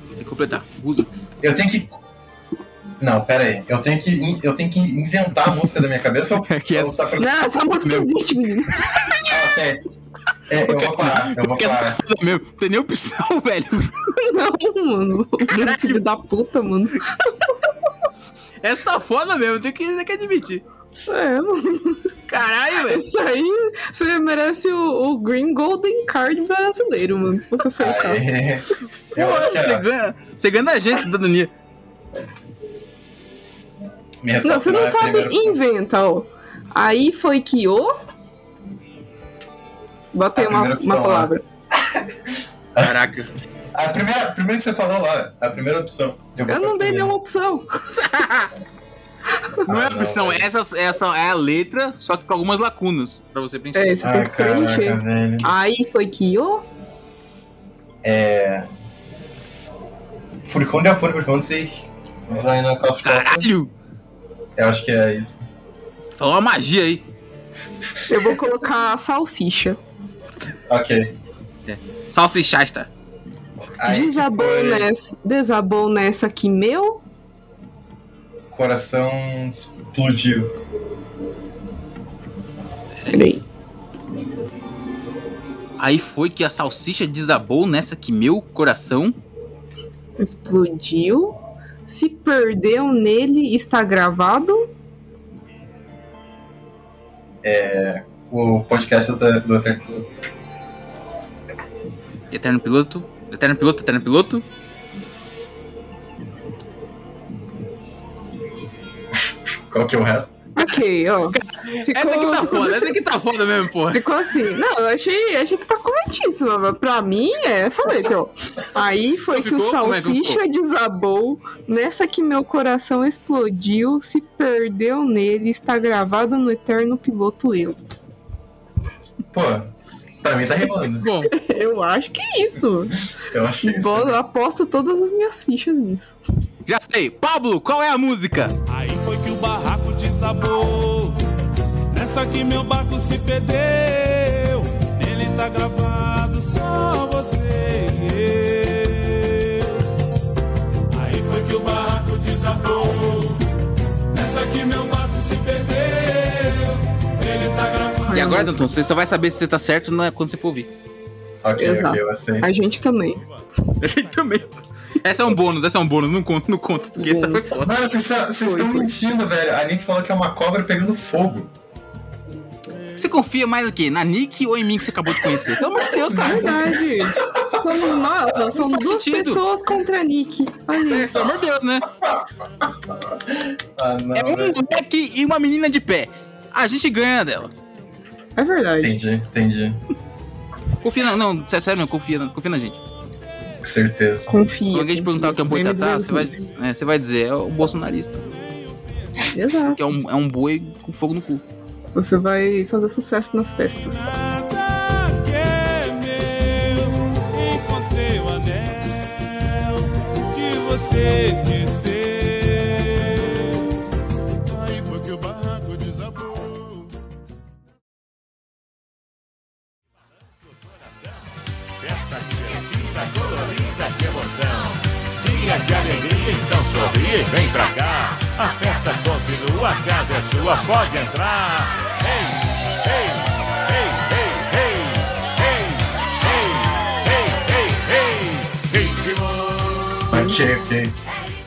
Tem que completar. Usa.
Eu tenho que. Não, pera aí. Eu tenho que, in- eu tenho que inventar a música da minha cabeça
É
ou, que ou só pra-
Não, essa música
Meu-
existe, menino.
Ah, ok. É, eu vou parar, eu vou
Porque essa
parar.
foda mesmo. Não tem nem opção, velho.
Não, mano. Meu filho da puta, mano.
Essa tá foda mesmo, tem que, tem que admitir.
É, mano.
Caralho, velho.
Isso aí, você merece o, o Green Golden Card brasileiro, mano, se você acertar.
Pô,
é
é
você ganha, você ganha da gente, cidadania.
Minha é
Não, você não sabe, inventa, ó. Aí foi que o. Botei
A
uma,
primeira opção
uma
lá.
palavra.
Caraca.
A primeira, a primeira que você falou lá, a primeira opção. Eu, vou
Eu não dei nenhuma opção.
Ah,
Não é opção, essa, essa é a letra, só que com algumas lacunas pra você preencher.
É, você
Ah,
tem que preencher. Aí foi que o.
É. Furcão de afone, por favor, vocês.
É.
Caralho!
tá? Eu acho que é isso.
Falou uma magia aí.
Eu vou colocar salsicha.
Ok.
É. Salsichasta.
desabou, né? nessa, desabou nessa que meu.
Coração explodiu.
Peraí.
Aí foi que a salsicha desabou nessa que meu coração.
Explodiu. Se perdeu nele, está gravado.
É. O podcast do, do Eterno.
Eterno piloto. Eterno piloto, eterno piloto.
Qual que é o resto?
Ok, ó.
Essa aqui tá foda, essa aqui tá foda mesmo, porra.
Ficou assim. Não, eu achei, achei que tá corretíssima. mas Pra mim, é essa letra, ó. Aí foi
Não
que o
ficou? Como é que
salsicha
ficou?
desabou. Nessa que meu coração explodiu, se perdeu nele, está gravado no eterno piloto eu.
Pô, pra mim tá rimando.
Bom.
Eu acho que é isso.
Eu acho que é isso.
né?
Bola, eu aposto todas as minhas fichas nisso.
Já sei. Pablo, qual é a música?
Aí foi que o barraco desabou. Nessa que meu barco se perdeu. Nele tá gravado só você e eu. Aí foi que o barraco desabou. Nessa que meu barco se perdeu. Nele tá gravado.
E agora, Danton, você só vai saber se você tá certo na- quando você for ouvir.
Ok,
Exato. A gente também.
A gente também. Essa é um bônus, essa é um bônus, não conto, não conto, porque essa foi foda.
Mano, vocês tá- vocês estão mentindo, velho. A Nick falou que é uma cobra pegando fogo.
Você confia mais aqui, na Nick ou em mim que você acabou de conhecer? Pelo amor de Deus, cara.
É Verdade. São, nossa, são
Ah, então. faz
duas
sentido.
pessoas contra a Nick. Olha isso.
Pelo amor de Deus, né?
Ah, não,
é um moleque e uma menina de pé. A gente ganha dela.
É verdade.
Entendi, entendi.
Confia na. Não, sé- sério, não, confia, na- confia na gente.
Com certeza.
Quando alguém te perguntar o que é um boi tatá, você vai, é, você vai dizer, é o bolsonarista.
Exato.
Que é um, é um boi com fogo no cu.
Você vai fazer sucesso nas festas.
é Encontrei o anel que você esqueceu. Aí foi que o barraco desabou.
Festa divertida, colorida, de emoção. Dia de alegria, então sorri e vem pra cá. A festa continua, a casa é sua, pode entrar. Ei, ei, ei, ei, ei, ei, ei, ei, ei, ei, ritmo.
Ok, ok.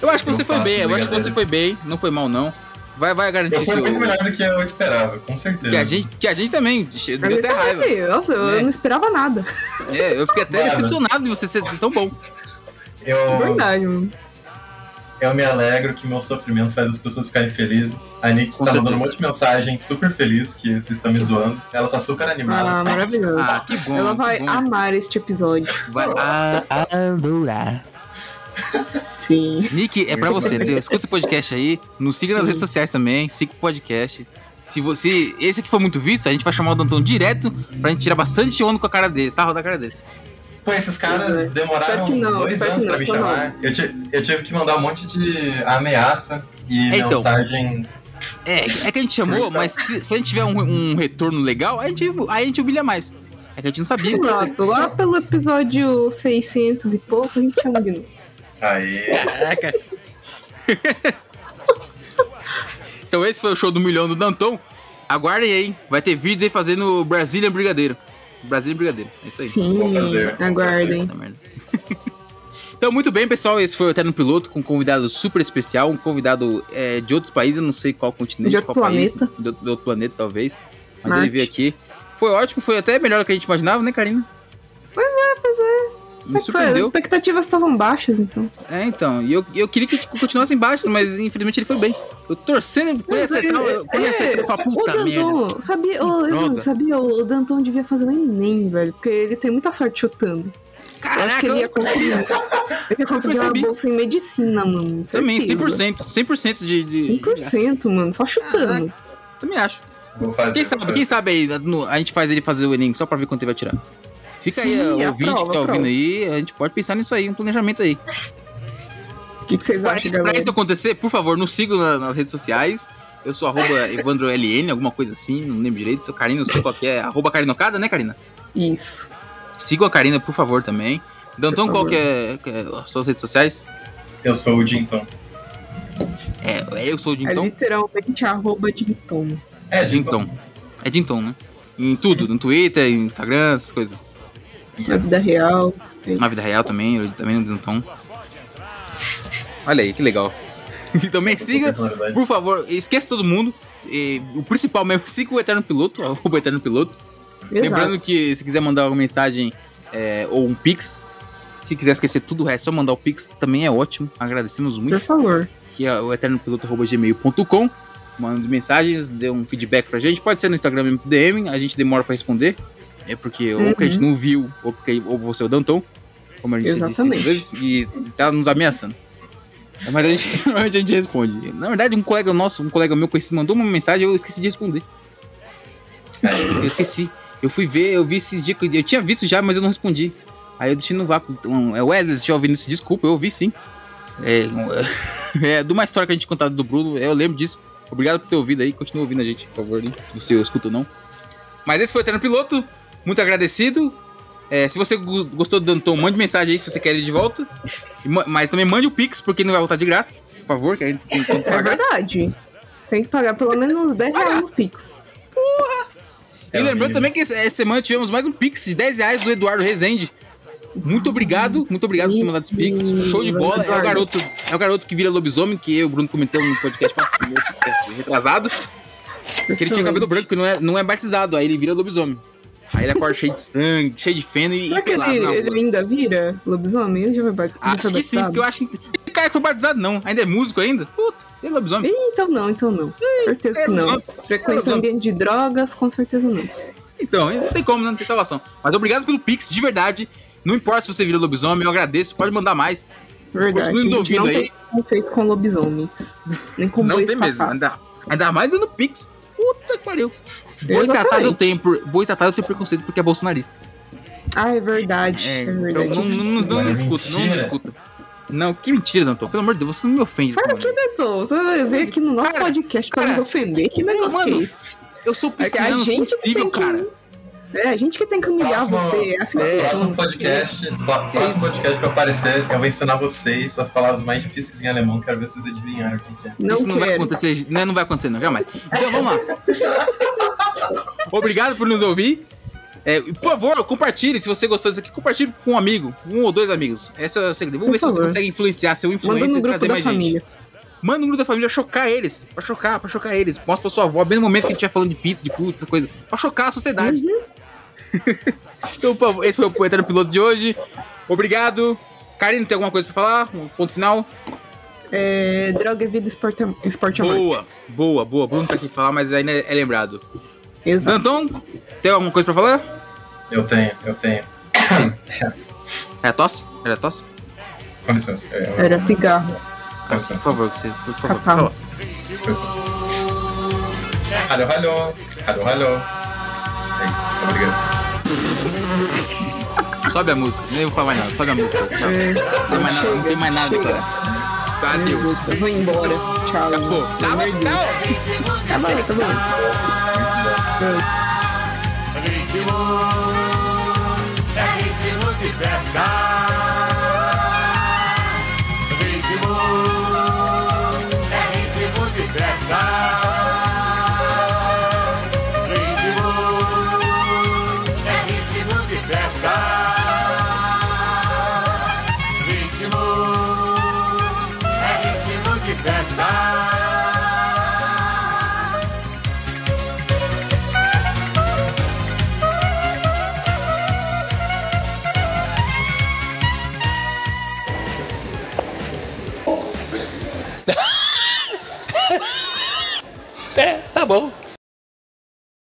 Eu acho que você foi
faço
bem, eu acho que
brincadeira.
você foi bem, não foi mal não. Vai, vai garantir
Eu fui
seu.
muito melhor do que eu esperava, com certeza.
Que a gente, que a gente também, deu até raiva.
Nossa, eu
É.
não esperava nada.
É, eu fiquei até
Claro.
decepcionado de você ser tão bom.
Eu,
É Verdade, mano.
eu me alegro que meu sofrimento faz as pessoas ficarem felizes. A Nick
Com
tá mandando um
certeza.
monte de mensagem super feliz que vocês estão me zoando. Ela tá super animada.
Ah, maravilhoso.
Ah, que bom,
Ela
que
vai
bom.
amar este episódio.
Vai ah, adorar.
Sim.
Nick, é pra você. entendeu? Escuta esse podcast aí. Nos siga nas redes sociais também. Siga o podcast. Se você. Esse aqui for muito visto, a gente vai chamar o Danton direto pra gente tirar bastante onda com a cara dele, sarro da cara dele.
Pô, esses caras demoraram
que não,
dois
Uhum. espero
anos
que
pra
não,
me
tô
chamar.
não.
Eu, ti- eu tive que mandar um monte de ameaça e
É, então.
mensagem.
É, é que a gente chamou, mas se, se a gente tiver um, um retorno legal, a gente, aí a gente humilha mais. É que a gente não sabia.
Exato. Lá pelo episódio 600 e pouco, a gente chama de novo.
Aí.
Caraca. então esse foi o show do milhão do Danton. Aguardem aí, vai ter vídeos aí fazendo Brasília Brigadeiro. Brasília Brigadeiro. É isso aí.
Sim, aguardem.
Então, muito bem, pessoal. Esse foi o Eterno Piloto com um convidado super especial, um convidado é, de outros países, eu não sei qual continente,
De outro
qual
planeta.
país. De, de outro planeta, talvez. Mas
Marte.
ele veio aqui. Foi ótimo, foi até melhor do que a gente imaginava, né, Karina?
Pois é, né? pois é.
Me
Mas, pô, As
surpreendeu.
expectativas estavam baixas, então.
É, então. E eu, eu queria que continuasse embaixo, mas infelizmente ele foi bem. Eu torcendo quando ia
Mas,
acertar,
é,
eu- quando ia
é,
acertar, eu falava, puta
o
merda.
Danton, sabia, ô, eu
droga.
não sabia, o Danton devia fazer um Enem, velho, porque ele tem muita sorte chutando.
Caraca, Ah,
eu acho que ele ia conseguir, ele ia conseguir uma
percebi.
bolsa em medicina, mano.
Também,
certeza.
100%. 100% de... de...
100%, mano, só chutando.
Também acho.
Vou fazer.
Quem sabe, quem sabe aí, no- a gente faz ele fazer o Enem só pra ver quanto ele vai tirar. Fica
Sim,
aí,
aprova,
o ouvinte que tá
aprova.
ouvindo aí, a gente pode pensar nisso aí, um planejamento aí.
O que, que vocês
Pra
acham,
isso, pra
galera?
isso acontecer, por favor, nos sigam na- nas redes sociais. Eu sou arroba EvandroLN, alguma coisa assim, não lembro direito. Sou Karina, não sei qual que é. Arroba Karinocada, né, Karina?
Isso.
Sigam a Karina, por favor, também. Danton,
Por
qual
favor.
que é, que é as suas redes sociais?
Eu sou o Jinton.
É, é, eu sou o
É
Dinton.
literalmente arroba de então. tom.
É, Dinton. É Dinton, né? Em tudo, no Twitter, em Instagram, essas coisas.
Na vida real. é
Na
isso.
vida real também, eu também é no Danton. Olha aí, que legal. Então me siga, por favor, esqueça todo mundo. E o principal mesmo, siga o Eterno Piloto, arroba Eterno Piloto. Lembrando que se quiser mandar uma mensagem é, ou um Pix, se quiser esquecer tudo o resto, só mandar o Pix também é ótimo. Agradecemos muito.
Por favor.
Que é o eternopiloto.gmail.com. Mande mensagens, dê um feedback pra gente. Pode ser no Instagram mesmo, DM, a gente demora pra responder. É porque ou porque a gente
Uhum.
não viu, ou porque ou você é o Danton, como a gente já
Exatamente.
disse às vezes, e tá nos ameaçando. Mas a gente, normalmente a gente responde. Na verdade, um colega nosso, um colega meu conhecido, mandou uma mensagem e eu esqueci de responder. Eu esqueci. Eu fui ver, eu vi esses dias. que eu- Eu tinha visto já, mas eu não respondi. Aí eu deixei no vácuo. Então, é o Wesley, você já ouviu isso? Desculpa, eu ouvi sim. É, um, é de uma história que a gente contava do Bruno, eu lembro disso. Obrigado por ter ouvido aí. Continua ouvindo a gente, por favor, hein? se você escuta ou não. Mas esse foi o Eterno Piloto. Muito agradecido. É, se você go- gostou do Danton, mande mensagem aí se você quer ele de volta. E ma- Mas também mande o Pix, porque ele não vai voltar de graça. Por favor, que a gente tem que
É
pagar.
verdade. Tem que pagar pelo menos uns 10 reais no Pix.
E lembrando também que essa semana tivemos mais um Pix de 10 reais do Eduardo Rezende. Muito obrigado, muito obrigado por ter mandado esse Pix. Show de bola. É o garoto, é o garoto que vira lobisomem, que eu e o Bruno comentou no podcast passado, no podcast retrasado. Que ele tinha cabelo branco, que não é, não é batizado, aí ele vira lobisomem. Aí ele acorda cheio de sangue, cheio de feno e,
Será
e
que
pelado Ah, na
ele, é
rua.
ele ainda vira lobisomem? Ele já vai bater.
Acho é que sim, porque eu acho que. Esse cara que foi batizado, não. Ainda é músico ainda? Puta, Tem lobisomem?
Ih, então não, então não. certeza que não. Frequenta ambiente de drogas, com certeza não.
é Então, não tem como, né? não tem salvação. Mas obrigado pelo Pix, de verdade. Não importa se você vira lobisomem, eu agradeço. Pode mandar mais.
Verdade.
Continue nos
a gente
ouvindo
não
aí.
tem conceito com lobisomens. Nem com
não
bois
tem mesmo.
tatás.
Ainda, ainda mais dando Pix. Puta que pariu. Boi tatás eu tenho, por, boi tatás eu tenho preconceito porque é bolsonarista.
Ah, é verdade. É,
então
verdade.
Não, não, não, não,
Agora,
discuto, não
mentira.
discuto. Não, que mentira, Danton. Pelo amor de Deus, você não me ofende.
Sai
dessa
daqui, Beto. Você veio aqui no nosso podcast pra nos ofender. Que negócio
mano, assim,
que é esse?
Eu sou pisciano,
gente que
possível,
tem que- É, a gente que tem que humilhar você. É assim que
é,
funciona.
próximo podcast, pla- próximo podcast que eu aparecer, eu vou ensinar vocês as palavras mais difíceis em alemão, quero ver vocês adivinharem o que que é.
Isso não vai acontecer, né? não vai acontecer, não, jamais. Então vamos lá. Obrigado por nos ouvir. É, por favor, compartilhe. Se você gostou disso aqui, compartilhe com um amigo, um ou dois amigos. Esse é o segredo. Vamos
Por
ver se
favor.
você consegue influenciar seu
Manda
influencer
no
e
grupo
trazer
da
mais
família.
gente. Manda no grupo da família pra chocar eles. Pra chocar, pra chocar eles. Mostra pra sua avó, bem no momento que a gente estiver falando de pizza, de puta, essa coisa. Pra chocar a sociedade. então, por favor, esse foi o Poetário Piloto de hoje. Obrigado. Karine, tem alguma coisa pra falar? Um ponto final?
É, droga, é vida, esporte, esporte é
Boa, boa, boa. Bruno tá aqui falar, mas ainda é lembrado. Exato. Danton, tem alguma coisa pra falar?
Eu tenho, eu tenho.
Era É tosse? Era tosse?
Com licença. é, eu-
Era pigarro.
Ah, por favor, você, por favor, por
Catarro.
favor.
Com licença. Alô, alô. Alô, alô. É isso, obrigado.
Sobe a música, nem vou falar mais nada, sobe a música. Tchau. não, tem mais nada, não tem mais nada a declarar. Tá, adeus.
Eu vou embora. Tchau.
Acabou. Acabou.
Tá bom, tá bom.
É Ritmo